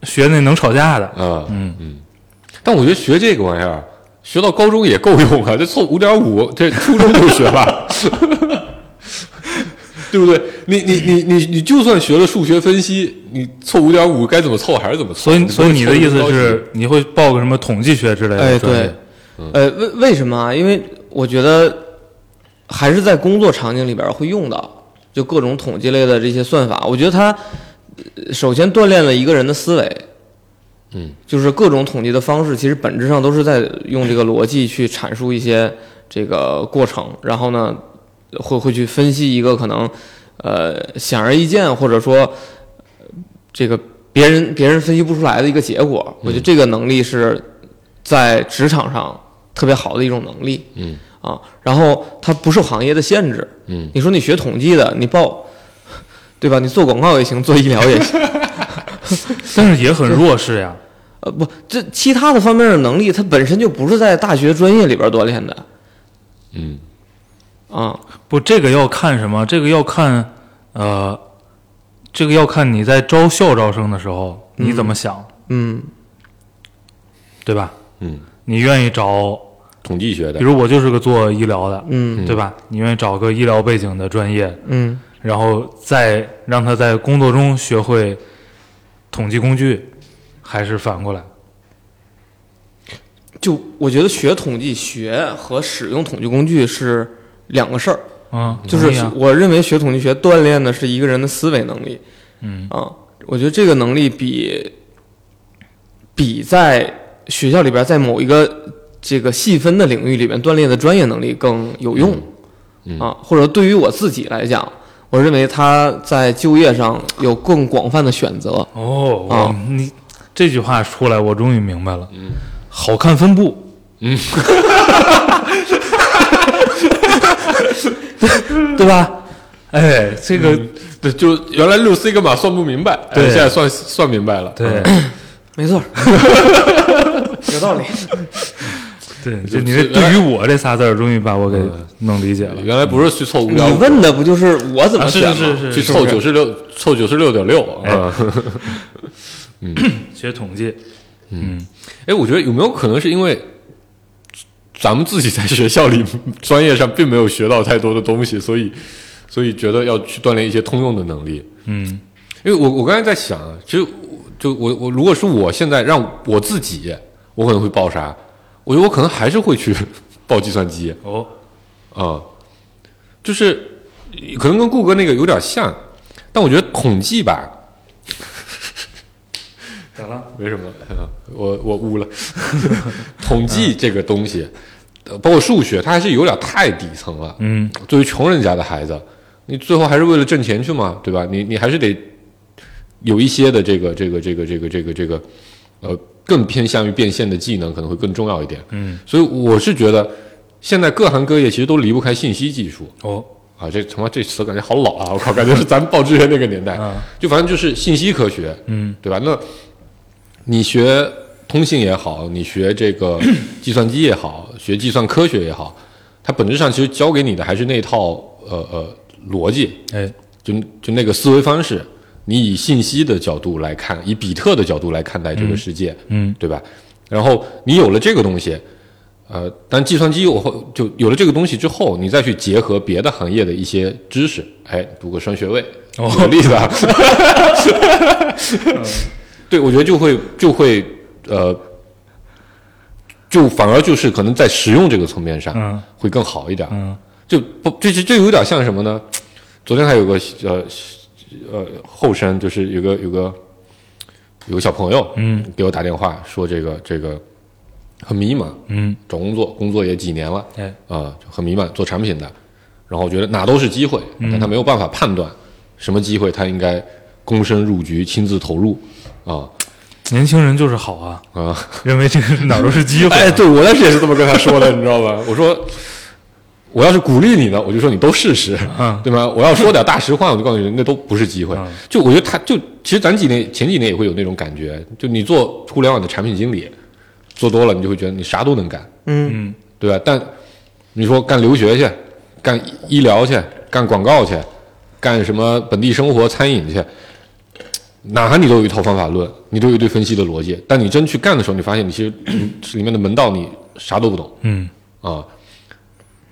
D: 学那能吵架的，
E: 啊，嗯嗯。但我觉得学这个玩意儿，学到高中也够用啊， 这凑五点五，这初中就学了， 对不对？你你你你你就算学了数学分析，你凑五点五该怎么凑还是怎么凑。
D: 所以
E: 不会
D: 所以你的意
E: 凑
D: 思
E: 得更高级
D: 是你会报个什么统计学之类的？嗯
C: 哎，对，，呃，为为什么啊？因为我觉得还是在工作场景里边儿会用到，就各种统计类的这些算法。我觉得它呃首先锻炼了一个人的思维，
E: 嗯，
C: 就是各种统计的方式，其实本质上都是在用这个逻辑去阐述一些这个过程，然后呢，会会去分析一个可能呃显而易见，或者说呃这个别人别人分析不出来的一个结果。
D: 嗯
C: 我觉得这个能力是在职场上特别好的一种能力。
E: 嗯
C: 啊，然后它不受行业的限制。
E: 嗯，
C: 你说你学统计的，你报，对吧？你做广告也行，做医疗也 行。
D: 但是也很弱势呀。
C: 呃，不，这其他的方面的能力，它本身就不是在大学专业里边锻炼的
E: 嗯，
C: 啊。
D: 不，这个要看什么？这个要看，呃，这个要看你在招校招生的时候你怎么想，
C: 嗯，
D: 对吧？
E: 嗯，
D: 你愿意找，
E: 统计学的
D: 比，如我就是个做医疗的，
C: 嗯
D: 对吧？你愿意找个医疗背景的专业，
C: 嗯
D: 然后再让他在工作中学会统计工具，还是反过来？
C: 就我觉得学统计学和使用统计工具是两个事儿。
D: 嗯，
C: 就是
D: 同意啊
C: 我认为学统计学锻炼的是一个人的思维能力。嗯啊，我觉得这个能力比比在学校里边在某一个这个细分的领域里边锻炼的专业能力更有用。
E: 嗯
C: 啊，或者对于我自己来讲，我认为他在就业上有更广泛的选择。
D: 哦，我
C: 啊
D: 你这句话出来，我终于明白了。嗯，好看分布。嗯， 对吧？哎，这个、
E: 嗯对，就原来六 sigma 算不明白，
D: 对
E: 哎现在算算明白了。啊
D: 对
C: 没错， 有道理。
D: 对，就你这对于我这仨字儿，终于把我给弄理解了。
E: 原来不是去凑无
C: 你
E: 聊五，
C: 问的不就是我怎么
E: 啊是
C: 选吗？
E: 是是去凑九十六，凑九十六点六
D: 哎
E: 啊。
D: 学统计，
E: 哎，我觉得有没有可能是因为咱们自己在学校里专业上并没有学到太多的东西，所以所以觉得要去锻炼一些通用的能力。
D: 嗯，
E: 因为我我刚才在想，啊，其实我就我我如果是我现在让我自己，我可能会报啥？我觉得我可能还是会去 报计算机
D: 哦，
E: 啊、就是可能跟顾哥那个有点像，但我觉得统计吧，
D: 咋了？
E: 没什么， 嗯我我悟了。 统计这个东西，呃包括数学，它还是有点太底层了。
D: 嗯，
E: 作为穷人家的孩子，你最后还是为了挣钱去嘛，对吧？你你还是得有一些的这个这个这个这个这个这个，呃，更偏向于变现的技能可能会更重要一点。
D: 嗯，
E: 所以我是觉得，现在各行各业其实都离不开信息技术。
D: 哦，
E: 啊，这他妈这词感觉好老啊！我靠，感觉是咱们报志愿那个年代，
D: 嗯
E: 就反正就是信息科学，
D: 嗯，
E: 对吧？那你学通信也好，你学这 个计算机也好，学计算科学也好，它本质上其实教给你的还是那套呃呃逻辑，
D: 哎，
E: 就就那个思维方式。你以信息的角度来看，以比特的角度来看待这个世界，
D: 嗯
E: 对吧？然后你有了这个东西，呃，但计算机我会就有了这个东西之后，你再去结合别的行业的一些知识，哎，读个双学位，
D: 哦
E: 举个例子 啊，对，我觉得就会就会呃，就反而就是可能在实用这个层面上
D: 嗯
E: 会更好一点，
D: 嗯，
E: 就不这这这有点像什么呢？昨天还有个呃呃后生，就是有个有个有个小朋友，
D: 嗯，
E: 给我打电话说这个这个很迷茫，
D: 嗯，
E: 找工作，工作也几年了，啊、
D: 哎，
E: 就很迷茫，做产品的，然后觉得哪都是机会，
D: 嗯
E: 但他没有办法判断什么机会他应该躬身入局，亲自投入，啊、
D: 年轻人就是好啊，
E: 啊。
D: 认为这个哪儿都是机会、
E: 哎，对我当时也是这么跟他说的，你知道吗？我说，我要是鼓励你呢，我就说你都试试，
D: 嗯
E: 对吗？我要说点大实话，我就告诉你，那都不是机会。
D: 嗯
E: 就我觉得他就其实咱几年前几年也会有那种感觉，就你做互联网的产品经理，做多了你就会觉得你啥都能干，
C: 嗯，
D: 嗯，
E: 对吧？但你说干留学去，干医疗去，干广告去，干什么本地生活、餐饮去，哪行你都有一套方法论，你都有一堆分析的逻辑。但你真去干的时候，你发现你其实嗯这里面的门道你啥都不懂
D: 嗯，
E: 啊。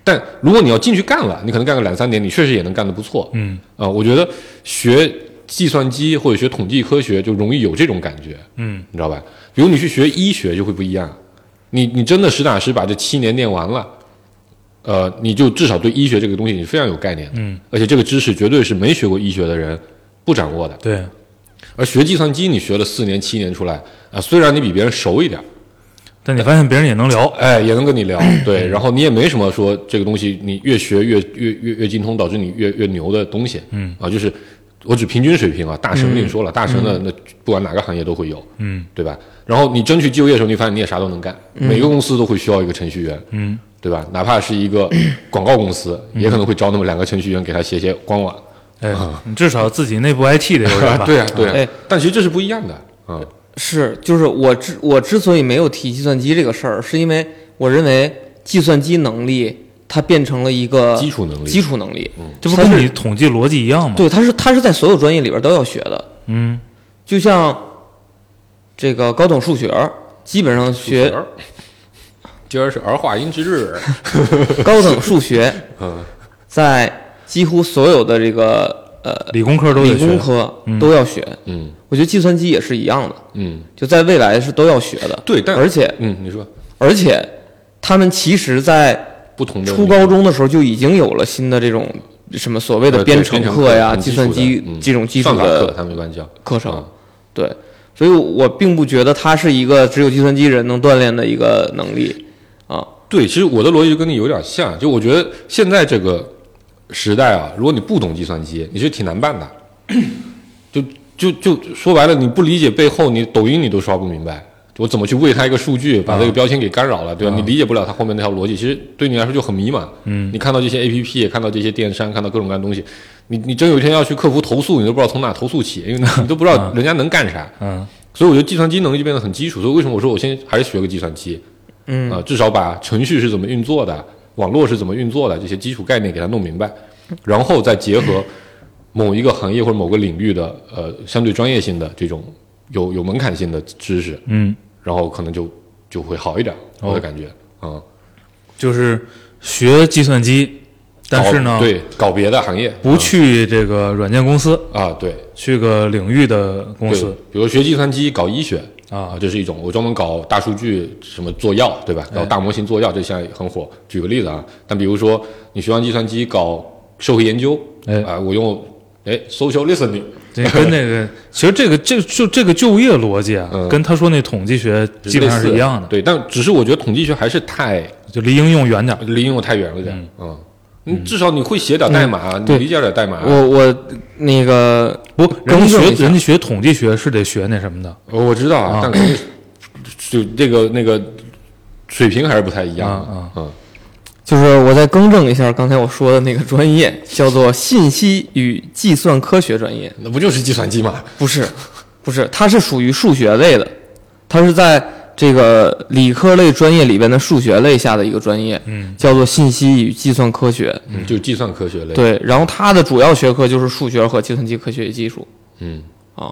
E: 但如果你要进去干了，你可能干个两三年，你确实也能干得不错。
D: 嗯，
E: 啊，我觉得学计算机或者学统计科学就容易有这种感觉。
D: 嗯，
E: 你知道吧？比如你去学医学就会不一样，你你真的实打实把这七年念完了，呃，你就至少对医学这个东西你非常有概念的，
D: 嗯，
E: 而且这个知识绝对是没学过医学的人不掌握的。
D: 对，
E: 而学计算机，你学了四年七年出来啊、虽然你比别人熟一点，
D: 但你发现别人也能聊，
E: 哎，也能跟 你聊，对，然后你也没什么说这个东西你越学越越越越精通，导致你越越牛的东西，
D: 嗯
E: 啊，就是我指平均水平啊，大神另说了，大神的那不管哪个行业都会有，
D: 嗯
E: 对吧？然后你争取就业的时候，你发现你也啥都能干，每个公司都会需要一个程序员，
D: 嗯，
E: 对吧？哪怕是 一个广告公司，也可能会招那么两个程序员给他写写官网，
D: 哎，你至少自己内部 IT 得有人吧？
E: 对啊，对
C: 哎
E: 啊。但其实这是不一样的，啊，
C: 是，就是我之我之所以没有提计算机这个事儿，是因为我认为计算机能力它变成了一个
E: 基础能力嗯
C: 基础能力，
D: 这不
C: 它
D: 跟
C: 是
D: 你统计逻辑一样吗？，
C: 对，它是它是在所有专业里边都要学的，
D: 嗯，
C: 就像这个高等数学，基本上学
E: 儿今儿是儿化音之日，
C: 高等数 学，
E: 嗯
C: 在几乎所有的这个呃
D: 理工科都
C: 理
D: 得学，
C: 工科都要学。
E: 嗯
C: 我觉得计算机也是一样的，
E: 嗯，
C: 就在未来是都要学的。
E: 对，但
C: 而且
E: 嗯，你说
C: 而且他们其实，在
E: 不同的
C: 初高中的时候就已经有了新的这种什么所谓的
E: 呃对
C: 编程课呀、
E: 很
C: 计
E: 基础
C: 算
E: 的
C: 机
E: 嗯
C: 这种基础
E: 算法课
C: 的
E: 他们一般教
C: 课程
E: 啊。
C: 对，所以我并不觉得它是一个只有计算机人能锻炼的一个能力啊。
E: 对，其实我的逻辑就跟你有点像，就我觉得现在这个时代啊，如果你不懂计算机，你是挺难办的。就就就说白了，你不理解背后，你抖音你都刷不明白。我怎么去喂它一个数据，把这个标签给干扰了，对吧？你理解不了它后面那条逻辑，其实对你来说就很迷茫。嗯，你看到这些 A P P，看到这些电商，看到各种各样的东西，你你真有一天要去客服投诉，你都不知道从哪投诉起，因为你你都不知道人家能干啥。
D: 嗯，
E: 所以我觉得计算机能力就变得很基础。所以为什么我说我先还是学个计算机？嗯，啊、至少把程序是怎么运作的，网络是怎么运作的这些基础概念给它弄明白，然后再结合某一个行业或者某个领域的呃相对专业性的这种有有门槛性的知识，
D: 嗯，
E: 然后可能就就会好一点，
D: 哦
E: 我的感觉。嗯，
D: 就是学计算机，但是呢
C: 哦
E: 搞，对，搞别的行业
D: 不去这个软件公司，
E: 啊，对，
D: 去个领域的公
E: 对
D: 司，
E: 比如学计算机搞医学
D: 啊，
E: 这是一种，我专门搞大数据什么做药，对
D: 哎
E: 吧？搞大模型做药，这现在很火。举个例子啊，但比如说你学完计算机搞社会研究，
D: 哎
E: 啊、我用哎 social listening，
D: 这跟那个其实这个这就这个就业逻辑啊，
E: 嗯
D: 跟他说那统计学基本上
E: 类
D: 是
E: 似
D: 一样的，
E: 对，但只是我觉得统计学还是太
D: 就离应用远点儿。
E: 离应用太远了点，嗯，你至少你会写
D: 嗯
E: 点代码，啊你
C: 对
E: 理解点代码，
C: 我我那个
D: 不，
C: 更正
D: 人家
C: 一
D: 学
C: 下
D: 人家学统计学是得学那什么的，
E: 呃我知道啊，但肯定就这个那个水平还是不太一样的，
D: 啊
E: 嗯，
C: 就是我再更正一下刚才我说的那个专业，叫做信息与计算科学专业，
E: 那不就是计算机嘛？
C: 不是，不是，它是属于数学类的，它是在这个理科类专业里边的数学类下的一个专业，
D: 嗯，
C: 叫做信息与计算科学。
E: 嗯，就计算科学类，，
C: 对，然后它的主要学科就是数学和计算机科学与技术
E: 嗯。
C: 啊，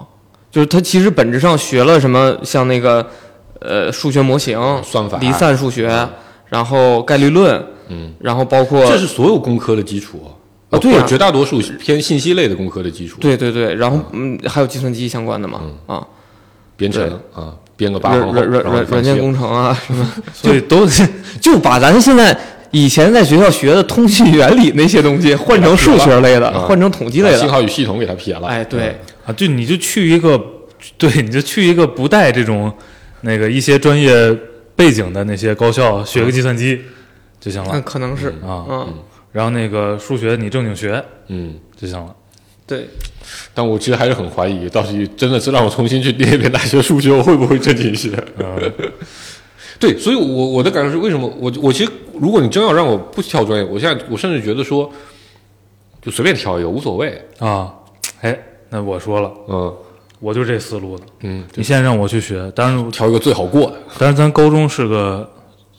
C: 就是它其实本质上学了什么，像那个呃数学模型、
E: 算法
C: 离散数学，然后概率论，
E: 嗯，
C: 然后包括
E: 这是所有工科的基础
C: 啊对啊
E: 或者绝大多数偏信息类的工科的基础，，
C: 对对对，然后嗯，还有计算机相关的嘛，
E: 嗯
C: 啊，
E: 编程啊，编个八
C: 软
E: 行
C: 软软
E: 然后
C: 软
E: 放
C: 软件
E: 弃
C: 工程啊 什么，
D: 所以都
C: 就把咱现在以前在学校学的通信原理那些东西换成数学类的，
E: 啊
C: 换成统计
E: 把
C: 类
E: 信
C: 的，
E: 号与系统给它撇了，
C: 哎，对，
D: 啊，就你就去一个，对，你就去一个不带这种那个一些专业背景的那些高校学个计算机就
E: 嗯
D: 行
C: 那
D: 了
C: 可能是，
D: 啊，
C: 嗯，
D: 然后那个数学你正经学
E: 嗯，
D: 就行了。
C: 对，
E: 但我其实还是很怀疑，到底真的是让我重新去念一遍大学数学，我会不会正经学？
C: 嗯
E: 对，所以我，我的感受是，为什么我我其实，如果你真要让我不挑专业，我现在我甚至觉得说，就随便挑一个无所谓，
D: 啊，哎，那我说了，
E: 嗯
D: 我就这思路的。
E: 嗯，
D: 你现在让我去学，当然，
E: 挑一个最好过的，
D: 当然咱高中是个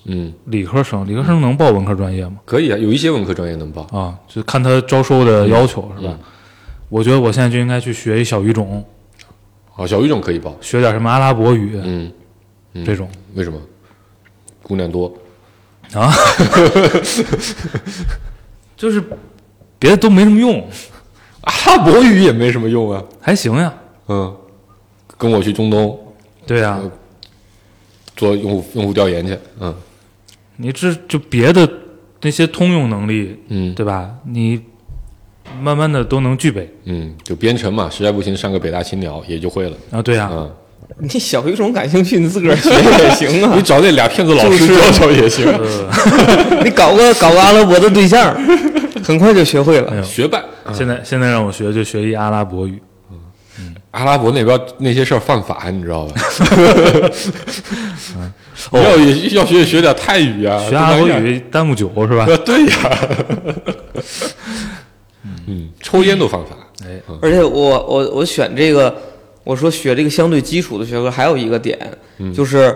E: 嗯，
D: 理科生，理科生能报文科专业吗？
E: 可以啊，有一些文科专业能报，
D: 啊，就看他招收的要求、是吧？我觉得我现在就应该去学一小语种，
E: 啊，小语种可以报，
D: 学点什么阿拉伯语、
E: 嗯，
D: 这种。
E: 为什么？姑娘多，
D: 就是别的都没什么用，
E: 阿拉伯啊语也没什么用啊。
D: 还行呀。
E: 嗯，跟我去中东
D: 对啊呀、
E: 做用户用户调研去。嗯
D: 你这就别的那些通用能力，
E: 嗯
D: 对吧？你慢慢的都能具备
E: 嗯，就编程嘛，实在不行上个北大青鸟也就会了。
D: 啊。对呀、
E: 嗯，
C: 你小语种感兴趣，你自 个儿学也行啊
E: 你，找那俩骗子老师教教 也行，
C: 你搞个搞个阿拉伯的对象，很快就学会了。
E: 学霸。嗯
D: 现在现在让我学就学一阿拉伯语，
E: 阿拉伯那边那些事儿犯法，你知 道吧？ 要也要学也学点泰语啊，
D: 哦学阿拉伯
E: 东南亚
D: 语耽误酒是吧？
E: 啊，对呀。 嗯，抽烟都犯法。
D: 哎，
C: 而且我我我选这个，我说学这个相对基础的学科，还有一个点、就是，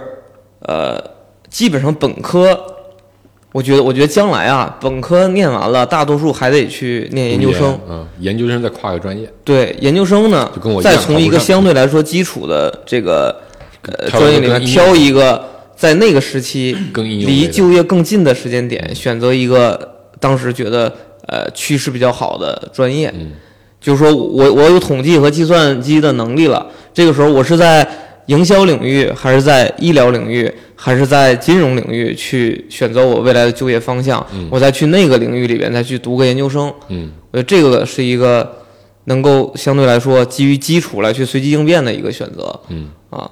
C: 呃，基本上本科，我觉得我觉得将来啊，本科念完了，大多数还得去念研究生。，
E: 嗯，研究生再跨个专业，
C: 对，研究生呢
E: 就跟我，一样
C: 再从一
E: 考
C: 个
E: 不上
C: 相对来说基础的这个呃
E: 挑
C: 专业里
E: 一个
C: 面
E: 应
C: 挑
E: 用
C: 一个，在那个时期
E: 更应用类
C: 离
E: 的
C: 就业更近的时间点，选择一个当时觉得呃趋势比较好的专业。
E: 嗯
C: 就是说我我有统计和计算机的能力了，这个时候我是在营销领域，还是在医疗领域，还是在金融领域去选择我未来的就业方向？我再去那个领域里边再去读个研究生，
E: 嗯。
C: 我觉得这个是一个能够相对来说基于基础来去随机应变的一个选择。
E: 嗯
C: 啊，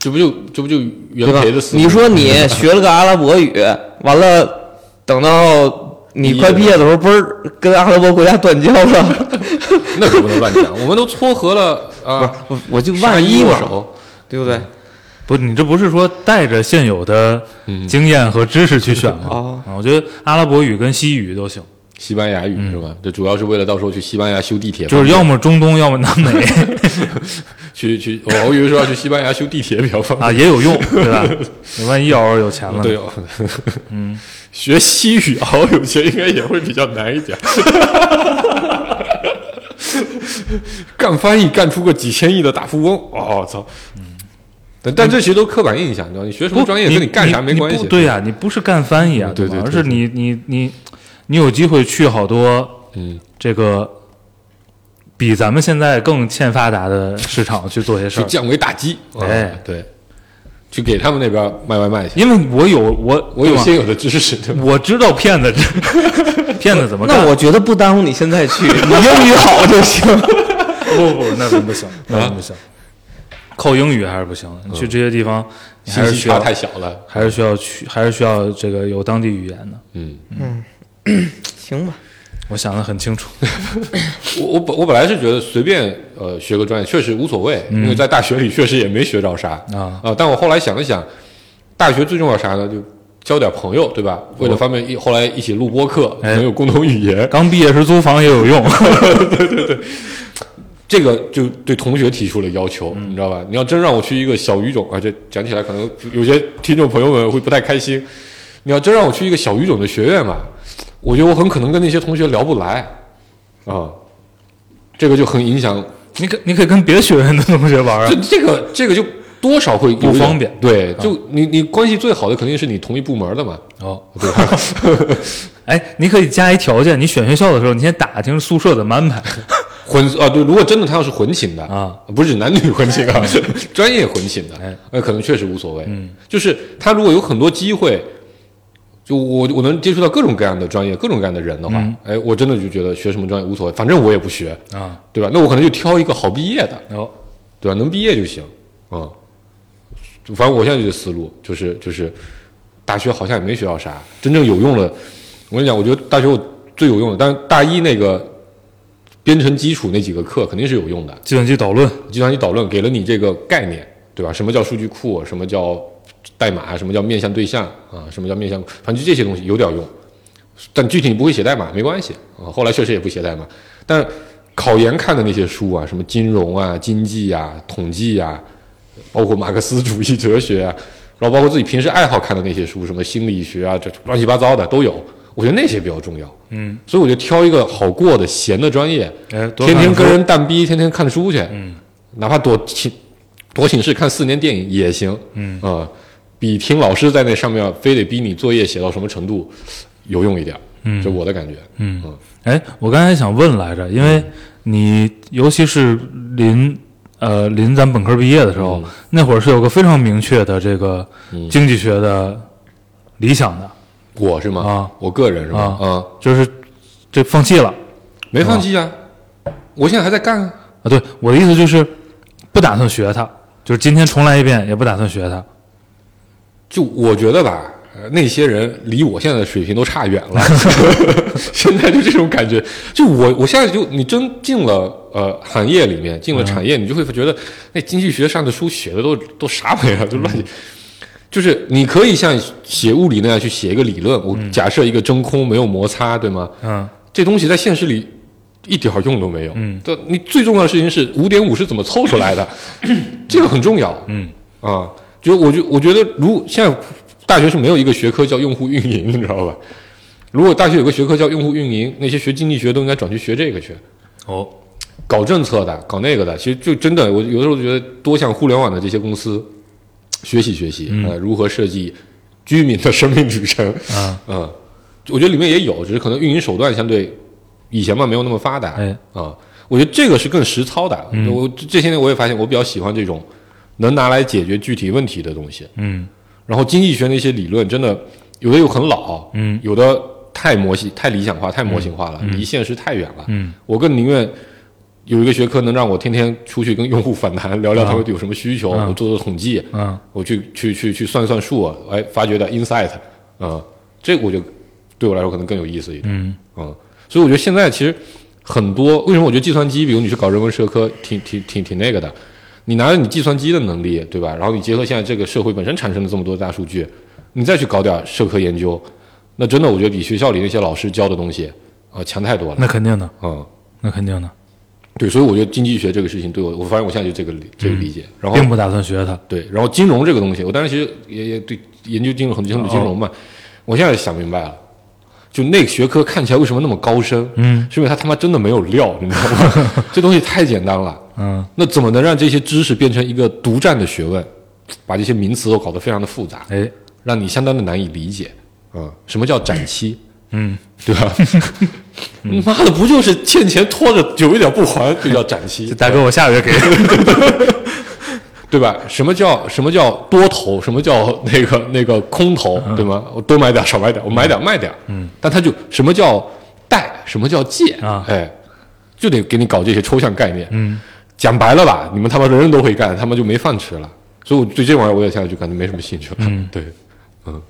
E: 这不就这不就原
C: 对吧
E: 培的？思路
C: 你说你学了个阿拉伯语，完了等到你快毕业的时候，不是跟阿拉伯国家断交了？
E: 那可不能乱讲，我们都撮 合了啊，
C: 我我就
E: 杀
C: 万
E: 一
C: 一
E: 握
C: 嘛，
E: 手，
C: 对不对？
D: 不，你这不是说带着现有的
E: 嗯
D: 经验和知识去选吗？
C: 哦
D: 啊，我觉得阿拉伯语跟西语都行，
E: 西班牙语是吧？这主要是为了到时候去西班牙修地铁，
D: 嗯就是要么中东，要么南 美
E: 去去，我我以为说要去西班牙修地铁比较方便。
D: 啊，也有用，对吧？你万一偶尔有钱了呢，
E: 对哦，嗯， 学西语好有些应该也会比较难一点。干翻译干出个几千亿的大富翁，哦操！但但这些都刻板印象，你知道？你学什
D: 嗯
E: 么
D: 不，
E: 专业跟
D: 你
E: 干啥没关
D: 你
E: 系。
D: 不对呀、啊你不是干翻译啊，
E: 嗯对
D: 吧
E: 对对
D: 而是你你你你有机会去好多
E: 嗯，
D: 这个比咱们现在更欠发达的市场去做些事
E: 去
D: 儿。
E: 降维打击。啊
D: 哎
E: 对，去给他们那边卖外卖去。
D: 因为我有我
E: 我有
D: 对吧
E: 些有的知识，对吧？
D: 我知道骗子 骗子怎么干。
C: 那我觉得不耽误你现在去，你英语好就行。
D: 不不，那真不行，那真不行。靠英语还是不行的，你去这些地方，你还
E: 信
D: 是
E: 息
D: 需
E: 差
D: 要，
E: 太小了。
D: 还是需要去，还是需要这个有当地语言的。
E: 嗯，
C: 行吧，
D: 我想的很清楚，
E: 我我本我本来是觉得随便呃学个专业确实无所谓，因为在大学里确实也没学着啥
D: 嗯啊
E: 但我后来想了想，大学最重要啥呢？就交点朋友，对吧？为了方便一后来一起录播课，
D: 哎
E: 能有共同语言，
D: 刚毕业时租房也有用。
E: 这个就对同学提出了要求，
D: 嗯
E: 你知道吧？你要真让我去一个小语种啊，这讲起来可能有些听众朋友们会不太开心。你要真让我去一个小语种的学院吧，我觉得我很可能跟那些同学聊不来啊、这个就很影响
D: 你可你可以跟别的学院的同学玩啊
E: 这，这个这个就多少会有点
D: 不方便啊
E: 对，就你你关系最好的肯定是你同一部门的嘛，
D: 哦，
E: 对吧？
D: 哎，你可以加一条件，你选学校的时候，你先打听宿舍怎么安排。
E: 混啊，对，如果真的他要是混寝的
D: 啊，
E: 不是男女混寝 啊，是专业混寝的呃
D: 哎，
E: 那可能确实无所谓。嗯，就是他如果有很多机会，就我我能接触到各种各样的专业、各种各样的人的话，
D: 嗯
E: 哎，我真的就觉得学什么专业无所谓，反正我也不学，
D: 啊，
E: 对吧？那我可能就挑一个好毕业的，
D: 哦，
E: 对吧？能毕业就行啊、就反正我现在这个思路就是就是，大学好像也没学到啥真正有用的。我跟你讲，我觉得大学我最有用的，但是大一那个编程基础那几个课肯定是有用的。
D: 计算机导论，
E: 计算机导论给了你这个概念，对吧？什么叫数据库？什么叫代码？什么叫面向对象啊？什么叫面向？反正就这些东西有点用，但具体你不会写代码没关系啊。后来确实也不写代码，但是考研看的那些书啊，什么金融啊、经济啊、统计啊，包括马克思主义哲学啊，然后包括自己平时爱好看的那些书，什么心理学啊，这乱七八糟的都有。我觉得那些比较重要，嗯，所以我就挑一个好过的闲的专业，
D: 哎，多
E: 天天
D: 看看
E: 跟
D: 书嗯
E: 人蛋逼，天天看书去，哪怕躲寝躲寝室看四年电影也行，嗯啊、比听老师在那上面非得逼你作业写到什么程度有用一点，嗯，这我的感觉，
D: 嗯，哎，我刚才想问来着，因
E: 嗯
D: 为你尤其是临呃临咱本科毕业的时候，
E: 嗯
D: 那会儿是有个非常明确的这个
E: 嗯
D: 经济学的理想的，
E: 我是吗？
D: 啊，
E: 我个人是吧？
D: 啊
E: 啊，
D: 就是这放弃了
E: 没放弃啊，我现在还在干啊，
D: 啊。对，我的意思就是不打算学它，就是今天重来一遍也不打算学它。
E: 就我觉得吧。呃那些人离我现在的水平都差远了，现在就这种感觉。就我，我现在就你真进了呃行业里面，进了产业，你就会觉得那经济学上的书写的都都啥玩意儿，就乱七就是你可以像写物理那样去写一个理论，我假设一个真空没有摩擦，对吗？
D: 嗯，
E: 这东西在现实里一点儿用都没有。嗯，对，你最重要的事情是五点五是怎么凑出 来的，这个很重要。嗯啊，就我觉我觉得，如果现在大学是没有一个学科叫用户运营，你知道吧？如果大学有个学科叫用户运营，那些学经济学都应该转去学这个去。
D: 哦，
E: 搞政策的，搞那个的，其实就真的，我有的时候觉得多向互联网的这些公司学习学习，呃，如何设计居民的生命旅程，
D: 啊，
E: 嗯、我觉得里面也有，只是可能运营手段相对以前嘛没有那么发达，啊、
D: 哎嗯
E: 我觉得这个是更实操的。啊我这这些年我也发现，我比较喜欢这种能拿来解决具体问题的东西。
D: 嗯，
E: 然后经济学那些理论，真的有的又很老，
D: 嗯，
E: 有的太模型、太理想化、太模型化了，离现实太远了。
D: 嗯，
E: 我更宁愿有一个学科能让我天天出去跟用户访谈，聊聊他们有什么需求，
D: 啊
E: 我做做统计，
D: 嗯，
E: 我去去去去算算数，哎，发掘点啊 insight，啊、这个我就对我来说可能更有意思一点。
D: 嗯
E: 嗯，所以我觉得现在其实很多，为什么我觉得计算机，比如你去搞人文社科，挺挺挺挺那个的，你拿着你计算机的能力，对吧？然后你结合现在这个社会本身产生的这么多大数据，你再去搞点社科研究，那真的我觉得比学校里那些老师教的东西啊、强太多了。
D: 那肯定的，
E: 嗯，
D: 那肯定的，
E: 对，所以我觉得经济学这个事情对我，我发现我现在就这个理这个理解。然后
D: 嗯并不打算学它。
E: 对，然后金融这个东西，我当时其实也也对研究金融很清楚金融嘛，
D: 哦
E: 我现在想明白了，就那个学科看起来为什么那么高深，
D: 嗯
E: 是因为它他妈真的没有料，你知道吗？ 这东西太简单了，
D: 嗯，
E: 那怎么能让这些知识变成一个独占的学问，把这些名词都搞得非常的复杂，
D: 哎，
E: 让你相当的难以理解啊、嗯什么叫展期？
D: 嗯，
E: 对吧？ 妈的，不就是欠钱拖着久一点不还就叫展期？
D: 大哥，我下个月给你。
E: 对吧？什么叫什么叫多头？什么叫 那个那个空头？
D: 嗯
E: 对吗？我多买点，少买点，我买点卖点。嗯，但他就什么叫贷？什么叫借？
D: 啊
E: 哎，就得给你搞这些抽象概念。
D: 嗯，
E: 讲白了吧，你们他妈人人都会干，他妈就没饭吃了。所以我对这玩意儿，我也现在就感觉没什么兴趣了。
D: 嗯，
E: 对，嗯，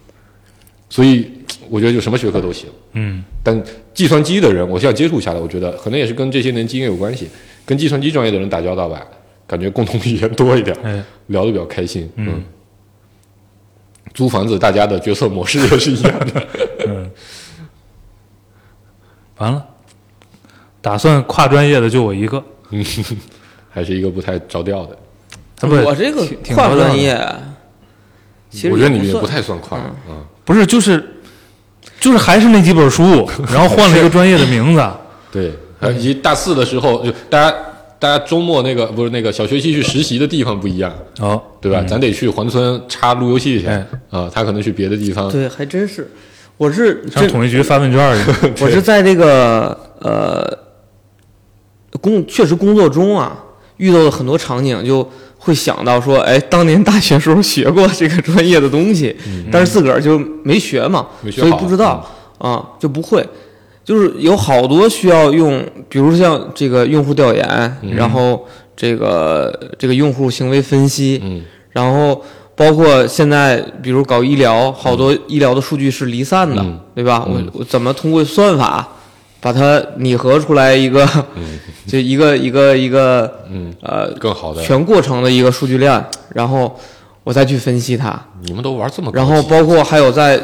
E: 所以我觉得就什么学科都行。
D: 嗯
E: 但计算机的人，我现在接触下来，我觉得可能也是跟这些年经验有关系，跟计算机专业的人打交道吧，感觉共同语言多一点，
D: 哎
E: 聊得比较开心。嗯，
D: 嗯
E: 租房子大家的角色模式也是一样 的。
D: 嗯，完了，打算跨专业的就我一个。
E: 嗯，还是一个不太着调的，
D: 咱们
C: 我这个
D: 啊挺挺
C: 跨
D: 高调的
C: 专业，其实
E: 我觉得你
C: 也
E: 也
C: 不
E: 不
C: 算
E: 太算快啊、嗯
D: 不是就是就是还是那几本 书，然后换了一个专业的名字。
E: 对，还有以及大四的时候，就大家大家周末那个不是那个小学期去实习的地方不一样，
D: 哦，
E: 对吧？咱得去环村插路由器去，
D: 哎
E: 啊、他可能去别的地方。
C: 对，还真是。我是
D: 上
C: 这
D: 统计局发问卷儿去。
C: 我是在这个呃工确实工作中啊，遇到了很多场景，就会想到说，哎，当年大学时候学过这个专业的东西，但是自个儿就没学嘛，
E: 嗯没学
C: 所以
E: 好嗯
C: 不知道啊，就不会。就是有好多需要用，比如像这个用户调研，
E: 嗯
C: 然后这个这个用户行为分析，
E: 嗯
C: 然后包括现在，比如搞医疗，好多医疗的数据是离散的，
E: 嗯
C: 对吧？我我怎么通过算法把它拟合出来一个， 就一个一个一个
E: 嗯，
C: 呃
E: 更好的，
C: 全过程的一个数据链，然后我再去分析它，
E: 你们都玩这么高级，
C: 然后包括还有在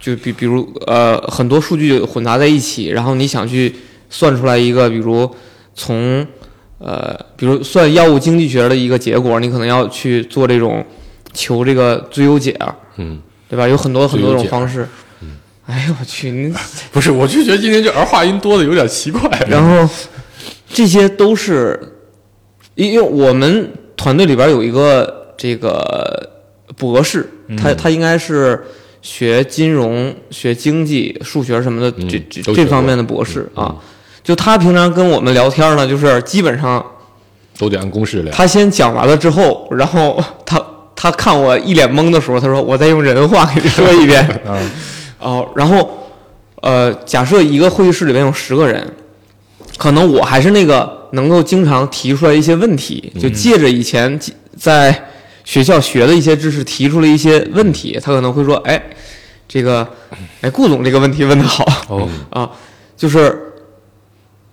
C: 就比比如呃很多数据混杂在一起，然后你想去算出来一个，比如从呃比如算药物经济学的一个结果，你可能要去做这种求这个最优解，啊
E: 嗯。
C: 对吧？有很多很多种
E: 最优解嗯
C: 方式。哎呦我去！您
E: 不是，我就觉得今天这儿化音多的有点奇怪。
C: 然后这些都是，因因为我们团队里边有一个这个博士，他
E: 嗯
C: 他应该是学金融、学经济、数学什么的
E: 嗯
C: 这这
E: 都学过嗯
C: 这方面的博士啊。就他平常跟我们聊天呢，就是基本上
E: 都得按公式聊。
C: 他先讲完了之后，然后他他看我一脸懵的时候，他说：“我再用人话给你说一遍。”哦，然后呃，假设一个会议室里面有十个人，可能我还是那个能够经常提出来一些问题，就借着以前几在学校学的一些知识提出了一些问题，他可能会说：“哎，这个，哎，顾总这个问题问得好。”
D: 哦，
C: 啊，就是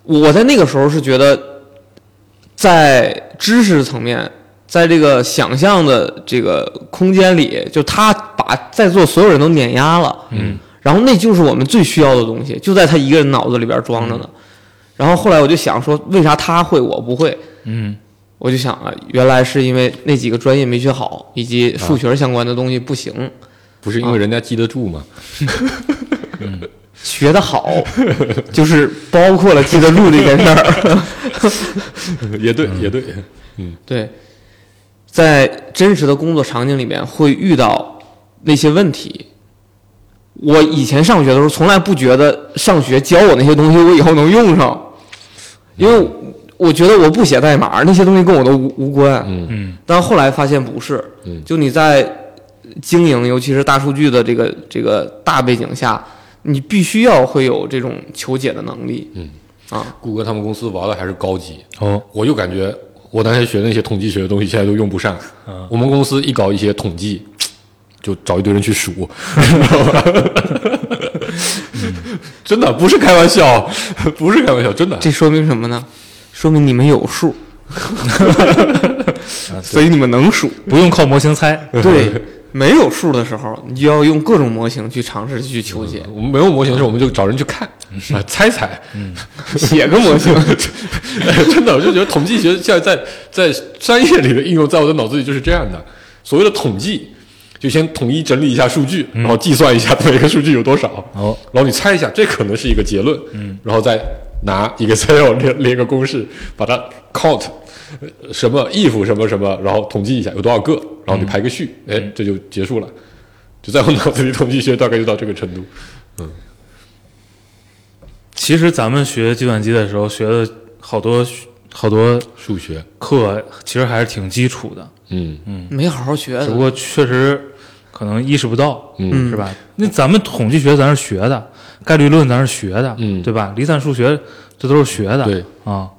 C: 我在那个时候是觉得，在知识层面，在这个想象的这个空间里，就他把在座所有人都碾压了，嗯，然后那就是我们最需要的东西，就在他一个人脑子里边装着呢。然后后来我就想说，为啥他会我不会？
D: 嗯，
C: 我就想啊，原来是因为那几个专业没学好，以及数学相关的东西不行，
E: 不是因为人家记得住 吗？
C: 学得好，就是包括了记得住这件事儿。
E: 也对，也对。
C: 对，在真实的工作场景里面会遇到那些问题。我以前上学的时候，从来不觉得上学教我那些东西，我以后能用上，因为我觉得我不写代码，那些东西跟我都无无关。
E: 嗯
D: 嗯，
C: 但后来发现不是，就你在经营，尤其是大数据的这个这个大背景下，你必须要会有这种求解的能力。嗯，啊，
E: 谷歌他们公司玩的还是高级，
D: 哦，
E: 我就感觉我当时学的那些统计学的东西现在都用不上。我们公司一搞一些统计，就找一堆人去数，你知道吧？ 真的不是开玩笑，不是开玩笑，真的。
C: 这说明什么呢？说明你们有数，
E: 啊
C: 所以你们能数。
D: 不用靠模型猜。
C: 对，没有数的时候，你就要用各种模型去尝试去求解，
E: 我们没有模型的时候，我们就找人去看，啊，猜猜。
C: 写个模型。
E: 哎 真的，我就觉得统计学现在在在商业里的应用，在我的脑子里就是这样的。所谓的统计，就先统一整理一下数据，然后计算一下每个数据有多少，
D: 哦，
E: 然后你猜一下，这可能是一个结论，嗯，然后再拿一个 Excel 列列个公式，把它 count 呃什么 if 什么什么，然后统计一下有多少个，然后你排个序，哎、这就结束了。就在我脑子里，统计学大概就到这个程度。
D: 其实咱们学计算机的时候学的好多好多
E: 数学，
D: 课，其实还是挺基础的，
E: 嗯
C: 没好好学
D: 只不
C: 的，
D: 过确实可能意识不到，
E: 嗯
D: 是吧？那咱们统计学咱是学的，概率论咱是学的，
E: 嗯
D: 对吧？离散数学这都是学的，
E: 对
D: 啊，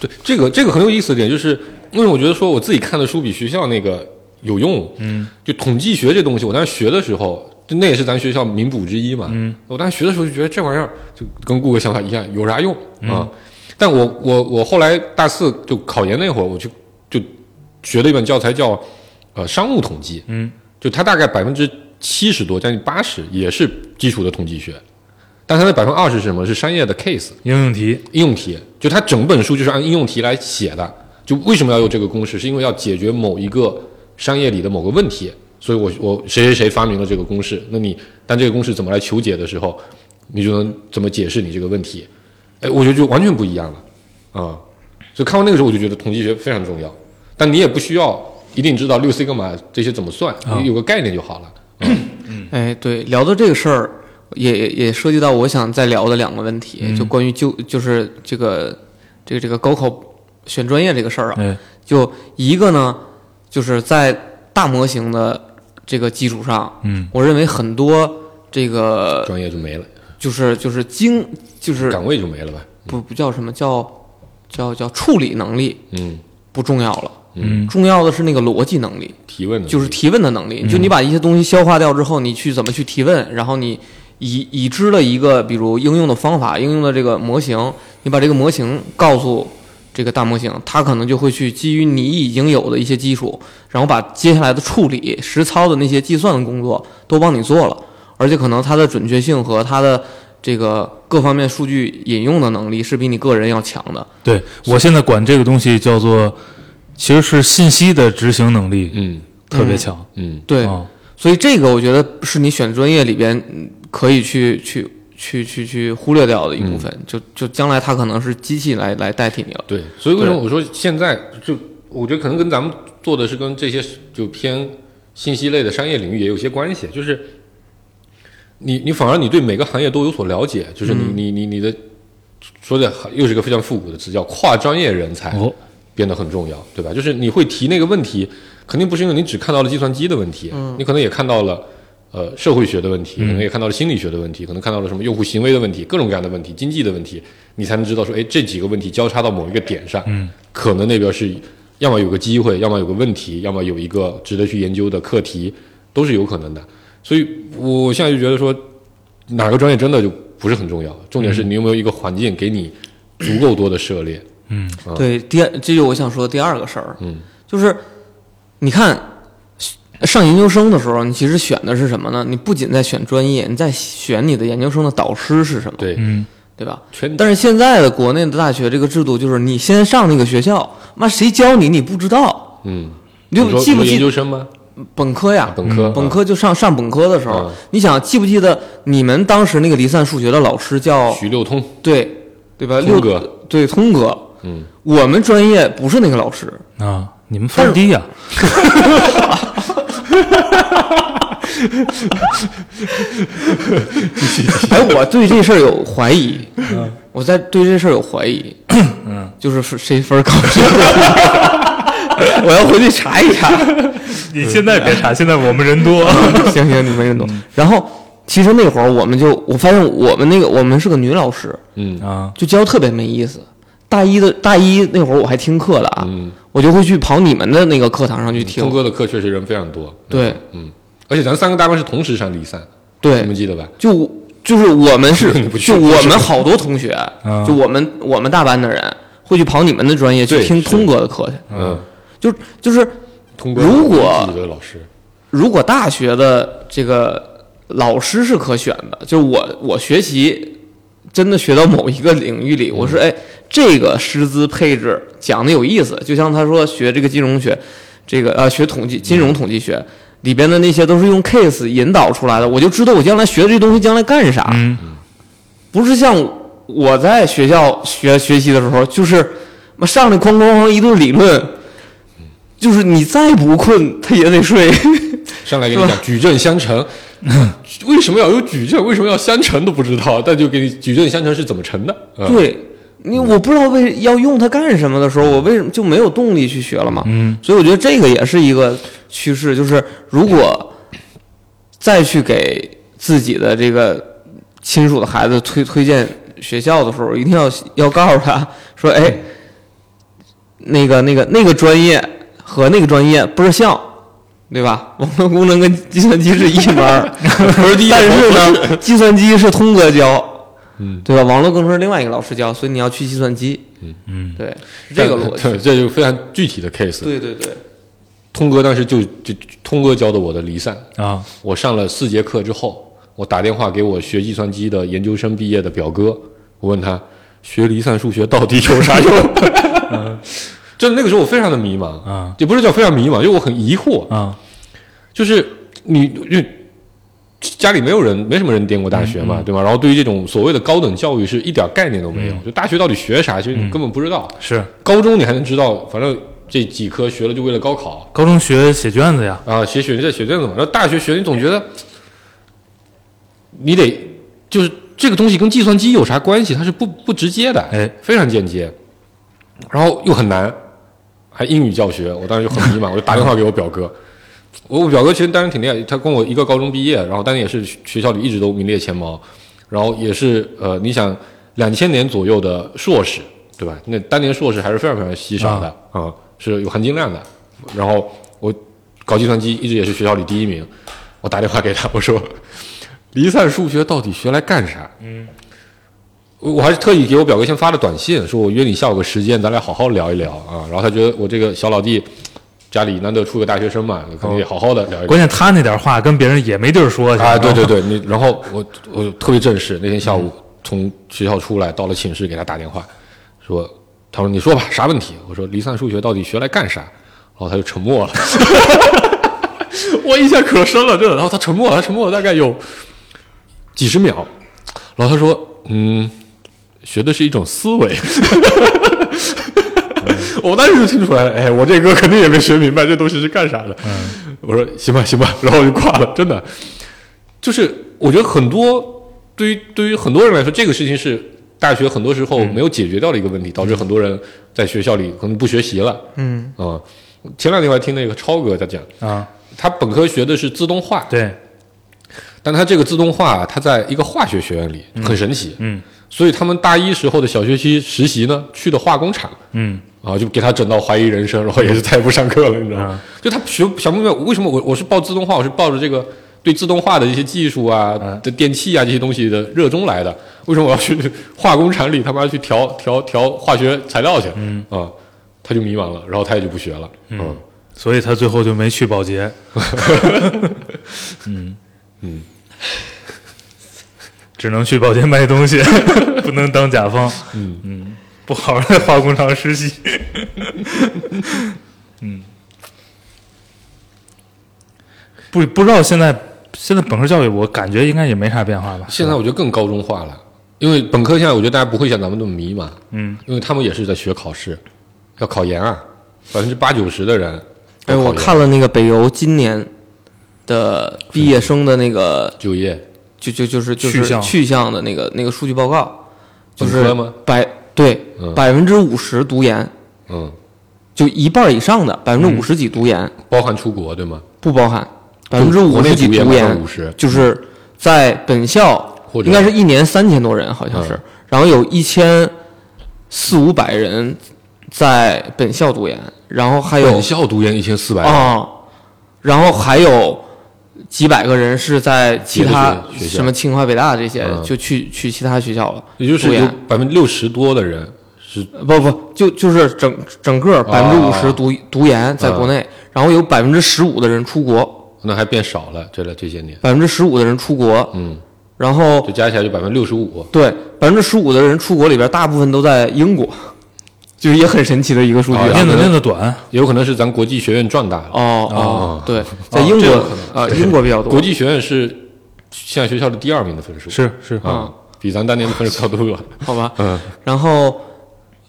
E: 对，这个这个很有意思的点就是，因为我觉得说我自己看的书比学校那个有用。嗯，就统计学这东西，我当时学的时候，就那也是咱学校名补之一嘛。嗯，我当时学的时候就觉得这玩意儿就跟顾哥想法一样，有啥用啊？但我我我后来大四就考研那会儿，我就就学了一本教材叫呃商务统计。
D: 嗯，
E: 就它大概百分之七十多，将近八十，也是基础的统计学。但它的百分之二十是什么？是商业的 case，
D: 应用题，
E: 应用题，就它整本书就是按应用题来写的。就为什么要用这个公式，是因为要解决某一个商业里的某个问题。所以我我谁谁谁发明了这个公式，那你当这个公式怎么来求解的时候，你就能怎么解释你这个问题。哎，我觉得就完全不一样了啊、所以看完那个时候，我就觉得统计学非常重要，但你也不需要一定知道六 sigma 这些怎么算，
C: 啊
E: 你有个概念就好了。
C: 哎，对，聊到这个事儿，也也也涉及到我想再聊的两个问题，
E: 嗯
C: 就关于就就是这个这个这个高考选专业这个事
E: 嗯
C: 儿啊，
D: 哎，
C: 就一个呢，就是在大模型的这个基础上，
D: 嗯，
C: 我认为很多这个
E: 专业就没了，
C: 就是就是精就是
E: 岗位就没了吧？
C: 不不叫什么叫叫叫处理能力
E: 嗯，
C: 不重要了，
D: 嗯
C: 重要的是那个逻辑能力，
E: 提问的
C: 就是提问的能力。就你把一些东西消化掉之后，你去怎么去提问，然后你已已知了一个比如应用的方法、应用的这个模型，你把这个模型告诉这个大模型，它可能就会去基于你已经有的一些基础，然后把接下来的处理、实操的那些计算的工作都帮你做了，而且可能它的准确性和它的这个各方面数据引用的能力是比你个人要强的。
D: 对我现在管这个东西叫做，其实是信息的执行能力、
E: 嗯
D: 特别强，
E: 嗯
C: 对，
D: 啊
C: 所以这个我觉得是你选专业里边嗯可以去去去去去忽略掉的一部分，
E: 嗯
C: 就就将来它可能是机器来来代替你了。
E: 对，所以为什么
C: 对
E: 我说现在就，我觉得可能跟咱们做的是跟这些就偏信息类的商业领域也有些关系，就是你你反而你对每个行业都有所了解，就是
C: 嗯
E: 你、你你你的说的又是一个非常复古的词，叫跨专业人才。
D: 哦，
E: 变得很重要，对吧？就是你会提那个问题，肯定不是因为你只看到了计算机的问题，
C: 嗯
E: 你可能也看到了呃社会学的问题，可能也看到了心理学的问题，可能看到了什么用户行为的问题，各种各样的问题，经济的问题，你才能知道说，哎，这几个问题交叉到某一个点上，
C: 嗯
E: 可能那边是要么有个机会，要么有个问题，要么有一个值得去研究的课题，都是有可能的。所以我现在就觉得说，哪个专业真的就不是很重要，重点是
C: 嗯
E: 你有没有一个环境给你足够多的涉猎。
C: 对，第二，这就我想说的第二个事儿，
E: 嗯，
C: 就是你看上研究生的时候，你其实选的是什么呢？你不仅在选专业，你在选你的研究生的导师是什么，
E: 对，
D: 嗯，
C: 对吧？
E: 圈
C: 但是现在的国内的大学这个制度就是，你先上那个学校，妈谁教你你不知道，
E: 嗯，
C: 你就
E: 说
C: 记不
E: 你说研
C: 记
E: 究生吗？
C: 本科呀？
E: 啊
C: 嗯
E: 本科，
C: 本科就上上本科的时候
E: 嗯，
C: 你想记不记得你们当时那个离散数学的老师叫
E: 啊徐六通，
C: 对对吧？
E: 通
C: 呃六
E: 哥
C: 对通哥，
E: 嗯，
C: 我们专业不是那个老 师，
D: 啊，你们分儿低呀、
C: 哎，我对这事儿有怀疑，我在对这事儿有怀疑，嗯，就是是谁分儿高谁分儿低 我要回去查 一查。
D: 你现在别 查，现在我们人多，
C: 行行，你们认懂。
E: 嗯
C: 然后其实那会儿我们就我发现我们那个我们是个女老师，
E: 嗯
D: 啊，
C: 就教特别没意思。大一的大一那会儿我还听课了啊，
E: 嗯，
C: 我就会去跑你们的那个课堂上去听。
E: 通哥的课确实人非常多，
C: 对
E: 嗯，而且咱三个大班是同时上离散，你
C: 对
E: 们，记得吧？
C: 就我就是我们是
E: 你不去啊
C: 就我们好多同学
D: 嗯，
C: 就我们我们大班的人会去跑你们的专业去
E: 对
C: 听
E: 是
C: 通哥的课去，
E: 嗯，
C: 就就是
E: 通过
C: 如果
E: 自己的老师，
C: 如果大学的这个老师是可选的，就是我我学习真的学到某一个领域里，我说哎，这个师资配置讲的有意思，就像他说学这个金融学，这个呃学统计金融统计学里边的那些都是用 case 引导出来的，我就知道我将来学这东西将来干啥，
D: 嗯
C: 不是像我在学校学学习的时候，就是妈上来哐哐哐一顿理论。就是你再不困，他也得睡。
E: 上来给你
C: 是
E: 讲矩阵相 乘，为什么要有矩阵？为什么要相乘都不知道，但就给你矩阵相乘是怎么乘的？嗯，
C: 对，你我不知道为要用它干什么的时候，我为什么就没有动力去学了嘛？
D: 嗯，
C: 所以我觉得这个也是一个趋势，就是如果再去给自己的这个亲属的孩子推推荐学校的时候，一定要要告诉他说，哎，那个那个那个专业和那个专业不是像。对吧？网络工程跟计算机是一门儿 但是呢，计算机是通哥教，对吧？网络工程是另外一个老师教，所以你要去计算机。嗯
D: 嗯，
C: 对，是这个逻
E: 对，
C: 辑。
E: 这就非常具体的 case。
C: 对对对，
E: 通哥当时就就通哥教的我的离散，
D: 啊，
E: 我上了四节课之后，我打电话给我学计算机的研究生毕业的表哥，我问他学离散数学到底有啥用？
C: 嗯
E: 真的那个时候我非常的迷茫
D: 啊，
E: 也不是叫非常迷茫，就我很疑惑，
D: 啊，
E: 就是你就家里没有人，没什么人念过大学嘛，对吧？然后对于这种所谓的高等教育是一点概念都没有，就大学到底学啥，其实你根本不知道。
D: 是
E: 高中你还能知道，反正这几科学了就为了高考，
D: 高中学写卷子呀，
E: 啊，写选这写卷子嘛。然后大学学，你总觉得你得就是这个东西跟计算机有啥关系？它是不不直接的，
D: 哎，
E: 非常间接，然后又很难，还英语教学，我当时就很迷茫，我就打电话给我表哥。我我表哥其实当时挺厉害，他跟我一个高中毕业，然后但是也是学校里一直都名列前茅，然后也是呃，你想两千年左右的硕士，对吧？那当年硕士还是非常非常稀少的啊、嗯是有含金量的。然后我搞计算机一直也是学校里第一名，我打电话给他， 我说离散数学到底学来干啥？嗯，我还是特意给我表哥先发了短信，说我约你下午个时间，咱俩好好聊一聊啊。然后他觉得我这个小老弟家里难得出个大学生嘛，可能也好好的聊一聊。
D: 关键他那点话跟别人也没地儿说去
E: 啊，对对，对，你然后我我特别正式，那天下午从学校出来，到了寝室给他打电话，说他说你说吧，啥问题？我说离散数学到底学来干啥？然后他就沉默了， 我印象可深了，真的。然后他沉默了，他沉默了大概有几十秒，然后他说嗯，学的是一种思维。 我当时就听出来了，哎，我这哥肯定也没学明白这东西是干啥的。我说行吧，行吧，然后我就挂了，真的。就是我觉得很多对于对于很多人来说，这个事情是大学很多时
D: 嗯
E: 候没有解决掉的一个问题，导致很多人在学校里可能不学习了。
C: 嗯
E: 啊、前两天我还听那个超哥在讲，
D: 啊，
E: 他本科学的是自动化，
D: 对，
E: 但他这个自动化，他在一个化学学院里很神奇，
D: 嗯
E: 所以他们大一时候的小学期实习呢，去的化工厂。
D: 嗯
E: 啊，就给他整到怀疑人生，然后也是再也不上课了，你知道吗？就他学想不明白为什么我我是报自动化，我是抱着这个对自动化的一些技术啊、的电器啊这些东西的热衷来的，为什么我要去化工厂里他妈去调调调化学材料去？嗯啊，他就迷茫了，然后他也就不学了。嗯，
D: 所以他最后就没去保洁。嗯
E: 嗯，
D: 只能去保洁卖东西， 不能当甲方。
E: 嗯
D: 嗯，不好好在化工厂实习。嗯，不不知道现在现在本科教育，我感觉应该也没啥变化吧？
E: 现在我觉得更高中化了，因为本科现在我觉得大家不会像咱们那么迷茫，
D: 嗯，
E: 因为他们也是在学考试，要考研啊，百分之八九十的人
C: 哎，
E: 要考研。
C: 我看了那个北邮今年的毕业生的那个，
E: 就业，
C: 就就就是就
D: 去
C: 是
D: 向
C: 去向的那个那个数据报告，就
E: 本科
C: 是
E: 吗
C: 百对
E: 嗯
C: 百分之五十读研，
E: 嗯，
C: 就一半以上的百分之五十几读研
E: 包含出国对吗？
C: 不包含百分之
E: 国
C: 五
E: 内
C: 十几
E: 读研
C: 读研
E: 50%
C: 就是在本校
E: 或者
C: 应该是一年三千多人，好像是，
E: 嗯
C: 然后有一千四五百人在本校读研，然后还有
D: 哦
C: 哦
E: 本校读研一千四百，
C: 啊、然后还有几百个人是在其他
E: 别的学学校
C: 什么清华、北大这些
E: 嗯
C: 就去去其他学校了，
E: 也就是
C: 读
E: 有
C: 研
E: 百分之六十多的人是
C: 呃不不就就是整整个百分之
E: 哦
C: 五十读读研在国
E: 嗯
C: 内，然后有百分之十五的人出国，
E: 那还变少了，这了这些年，
C: 百分之十五的人出国，
E: 嗯，
C: 然后
E: 就加起来就百分之六十五。
C: 对，百分之十五的人出国里边，大部分都在英国，就是也很神奇的一个数据
E: 哦
C: 啊。
D: 念的念的短，
E: 也有可能是咱国际学院壮大了。
C: 哦哦，对，在英
E: 这
C: 国
E: 有可
C: 啊，英国比较多。
E: 国际学院是现在学校的第二名的分数，
D: 是是，
E: 啊，比咱当年的分数高多了。
C: 好吧，
E: 嗯
C: 然后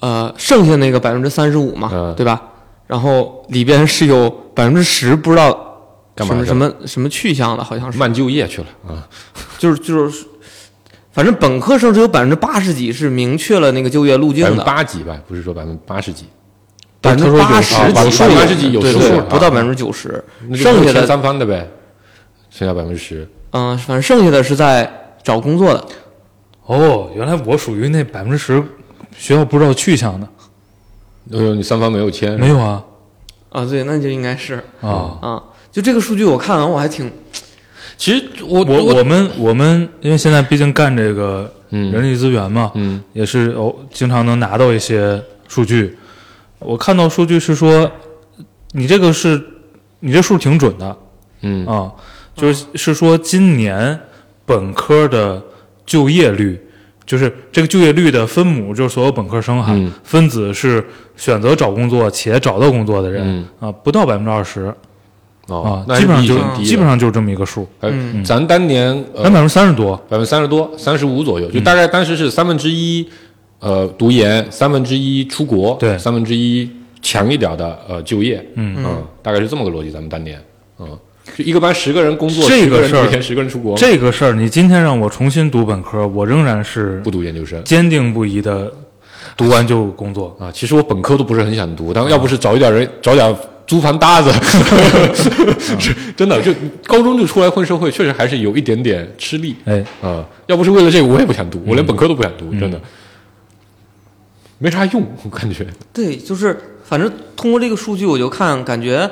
C: 呃，剩下那个百分之三十五嘛，
E: 嗯
C: 对吧？然后里边是有百分之十不知道
E: 干
C: 什
E: 嘛
C: 么
E: 去
C: 什么什么去向的，好像是，
E: 慢就业去了啊，
C: 就是就是，反正本科生只有百分之八十几是明确了那个就业路径
E: 百分之
C: 的，
E: 八几吧，不是说百分之八十几，
C: 百分之八十
E: 他说有
C: 几
E: 数80几有
C: 对
E: 数
C: 对
E: 啊
C: 不到百分之九十，
E: 那就
C: 剩
E: 是
C: 下
E: 前
C: 的
E: 三方的呗，剩下百分之十。
C: 嗯、反正剩下的是在找工作的，
D: 哦，原来我属于那百分之十学校不知道去向的，
E: 呃，你三方没有签，
D: 没有啊
C: 啊，对，那就应该是
D: 啊！
C: 啊，就这个数据我看完我还挺
E: 其实我
D: 我我们我们因为现在毕竟干这个人力资源嘛，
E: 嗯
D: 也是哦，经常能拿到一些数据。我看到数据是说，你这个是你这数挺准的
E: 嗯
D: 啊，就是是说今年本科的就业率，就是这个就业率的分母，就是所有本科生哈，
E: 嗯
D: 分子是选择找工作且找到工作的人、
E: 嗯
D: 啊，不到百分之二十
E: 哦
D: 啊，，
E: 那
D: 基本上就
E: 很低的
D: 基本上就是这么一个数，
E: 呃，咱当年
D: 那百分之三十多，
E: 百分之三十多，三十五左右，就大概当时是三分之一，呃，读研，三分之一出国，
D: 对
E: 三分之一强一点的呃就业，
D: 嗯
E: 大概是这么个逻辑，咱们当年，嗯，就一个班十个人工作，
D: 这
E: 十个
D: 个
E: 人
D: 事儿
E: 读研，十个人出国，
D: 这个事儿，你今天让我重新读本科，我仍然是
E: 不读研究生。
D: 坚定不移的读完就工作。
E: 啊，其实我本科都不是很想读，但要
D: 嗯
E: 不是找一点人，找点租房搭子，
D: 嗯
E: 是真的就高中就出来混社会，确实还是有一点点吃力
D: 哎，
E: 啊。要不是为了这个，我也不想读，我连本科都不想读，真的没啥用，我感觉。
C: 对，就是反正通过这个数据，我就看感觉，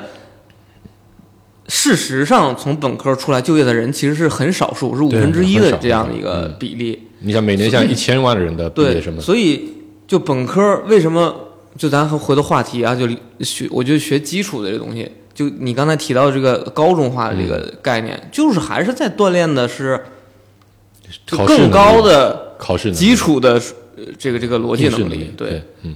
C: 事实上从本科出来就业的人其实是很少数，是五分之一的
E: 很少嗯
C: 这样的一个比例。
E: 你想每年像一千万的人的毕业
C: 对
E: 生，们，
C: 所以就本科为什么就咱还回到话题啊，就学我觉得学基础的这东西，就你刚才提到这个高中化的这
E: 嗯
C: 个概念，就是还是在锻炼的是就
E: 考试
C: 更
E: 能力
C: 高的
E: 考试能力
C: 基础的呃这个这个逻辑
E: 应试
C: 能
E: 能力，
C: 对。，
E: 嗯，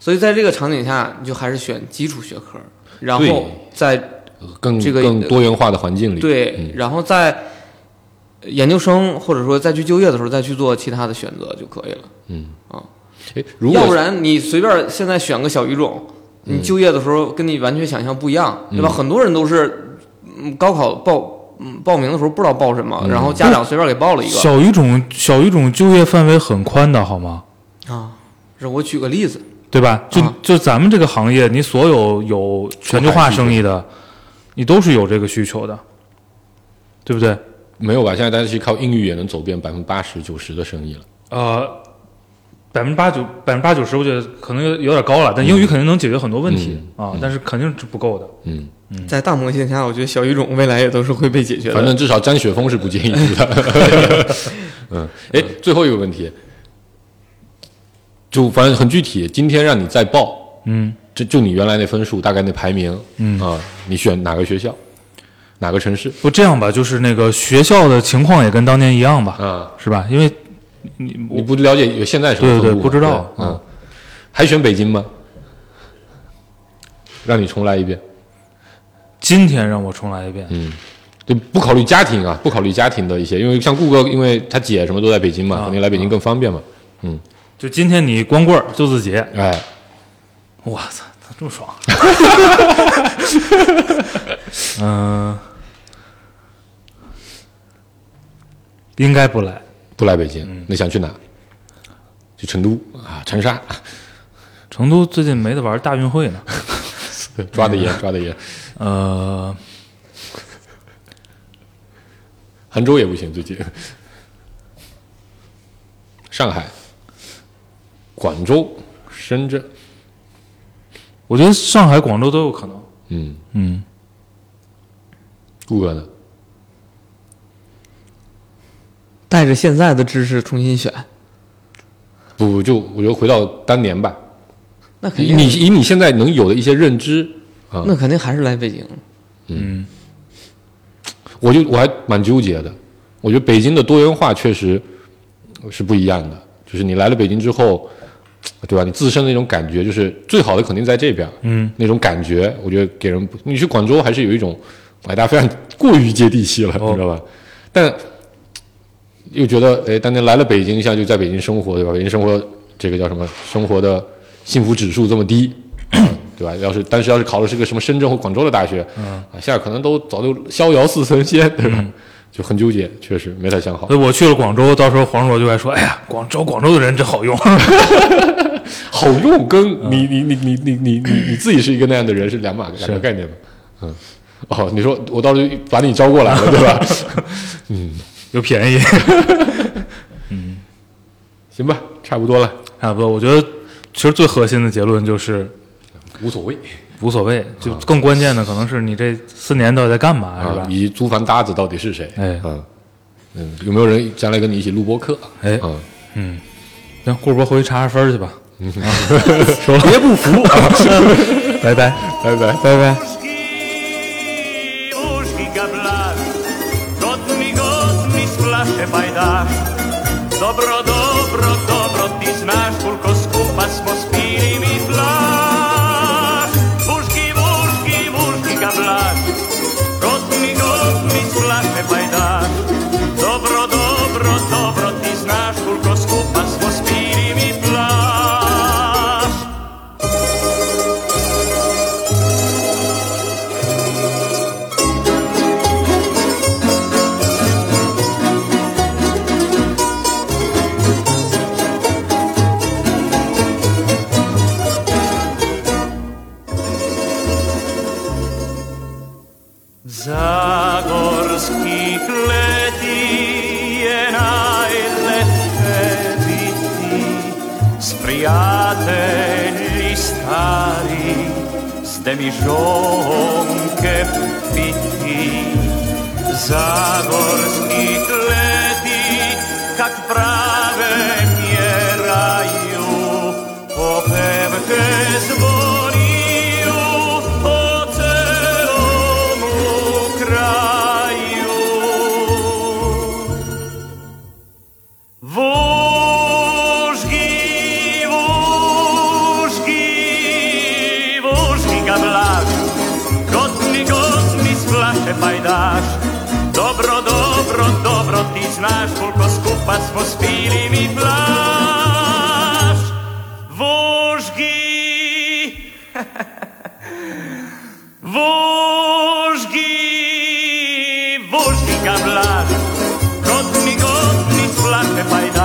C: 所以在这个场景下，你就还是选基础学科，然
E: 对
C: 后在
E: 呃更
C: 这个
E: 更多元化的环境里，
C: 对，
E: 嗯
C: 然后在研究生或者说再去就业的时候再去做其他的选择就可以了。
E: 哎，如
C: 要不
E: 果嗯
C: 然你随便现在选个小语种，你就业的时候跟你完全想象不一样，对吧？很多人都是嗯高考报嗯报名的时候不知道报什么，然
E: 嗯
C: 后家长随便给报了一个
D: 小语种小语种就业范围很宽的，好吗？
C: 啊。这我举个例子，
D: 对吧？就、
C: 啊
D: 就咱们这个行业，你所有有全球化生意的，你都是有这个需求的，对不对？
E: 没有吧？现在大家其实靠英语也能走遍百分之八十九十的生意了。
D: 呃，百分之八九百分之八九十，我觉得可能有有点高了，但英语肯定能解决很多问题、啊，但是肯定是不够的。
E: 嗯，
C: 在大模型下，我觉得小语种未来也都是会被解决的。
E: 反正至少张雪峰是不建议读 的。嗯，哎，最后一个问题，就反正很具体，今天让你再报，
D: 嗯，
E: 就就你原来那分数，大概那排名，嗯啊、你选哪个学校，哪个城市
D: 不这样吧，就是那个学校的情况也跟当年一样吧，
E: 啊？
D: 是吧？因为你
E: 你不了解有现在什么
D: 对对
E: 分布
D: 对不知
E: 吗？
D: 道
E: 对嗯，还选北京吗？让你重来一遍，
D: 今天让我重来一遍，
E: 嗯，就不考虑家庭啊，不考虑家庭的一些，因为像顾哥，因为他姐什么都在北京嘛，
D: 啊
E: 肯定来北京更方便嘛。
D: 就今天你光棍儿就自己，
E: 哎，
D: 我操，咋这么爽？嗯、应该不来
E: 不来北京，那想去哪？去成都啊，长沙，
D: 成都，最近没得玩大运会呢。
E: 抓得严，抓得严。
D: 呃，
E: 杭州也不行，最近。上海、广州、深圳，
D: 我觉得上海、广州都有可能。
E: 嗯，
D: 嗯，
E: 顾哥呢？
C: 带着现在的知识重新选，
E: 不不，就我觉得回到当年吧，
C: 那肯
E: 以
C: 定
E: 你以你现在能有的一些认知啊，
C: 那肯定还是来北京。
E: 我就我还蛮纠结的。我觉得北京的多元化确实是不一样的，就是你来了北京之后，对吧？你自身的那种感觉，就是最好的肯定在这边，
D: 嗯，
E: 那种感觉，我觉得给人不。你去广州还是有一种，哎，大家非常 过于接地气了，
D: 哦
E: 你知道吧？但又觉得，哎，当年来了北京，一下就在北京生活，对吧？北京生活这个叫什么？生活的幸福指数这么低，对吧？要是当时要是考的是个什么深圳或广州的大学，
D: 嗯
E: 啊，现在可能都早就逍遥似神仙，对吧？就很纠结，确实没太想好
D: 所。以我去了广州，到时候黄渤就爱说：“哎呀，广州广州的人真好用。
E: 好用跟你你你你你你你你自己是一个那样的人是两码两个概念嘛？嗯，哦，你说我到时候把你招过来了，对吧？”
D: 又便宜，
E: 行吧，差不多了，
D: 差啊不多。我觉得其实最核心的结论就是
E: 无所谓
D: 无所谓，就更关键的可能是你这四年到底在干嘛，是
E: 啊
D: 吧，？
E: 你租房搭子到底是谁？
D: 哎
E: 嗯嗯，有没有人将来跟你一起录播客？
D: 哎
E: 嗯，
D: 行，顾博回去查查分儿 去吧。啊说了别不服， 拜拜。
E: 拜拜。
C: 拜拜。
B: Ski, uži ga blag, god mi, god mi splaše bajdaš. Dobro, dobro, dobro, ti znaš koliko skupa smo spili mi flaš. Vuški, vuški, vuški ga blag, god mi, god mi splaše bajdaš. Dobro, dobro, dobro, ti znaš koliko skupa smo spili mi flaš. Zagorskih leti je najlepše biti S prijatelji stari S demižonke piti Zagorskih leti Kak prave mjeraju Popevke zvoniju Po celom kraju Vužgi, vužgi, vužgi ga blaž, gotni, gotni splaše pajdaš. Dobro, dobro, dobro ti znaš koliko skupa smo spili mi blaž. Vužgi, Vožgi, vožgi ga vlad, kot mi god mi splate pajdaš.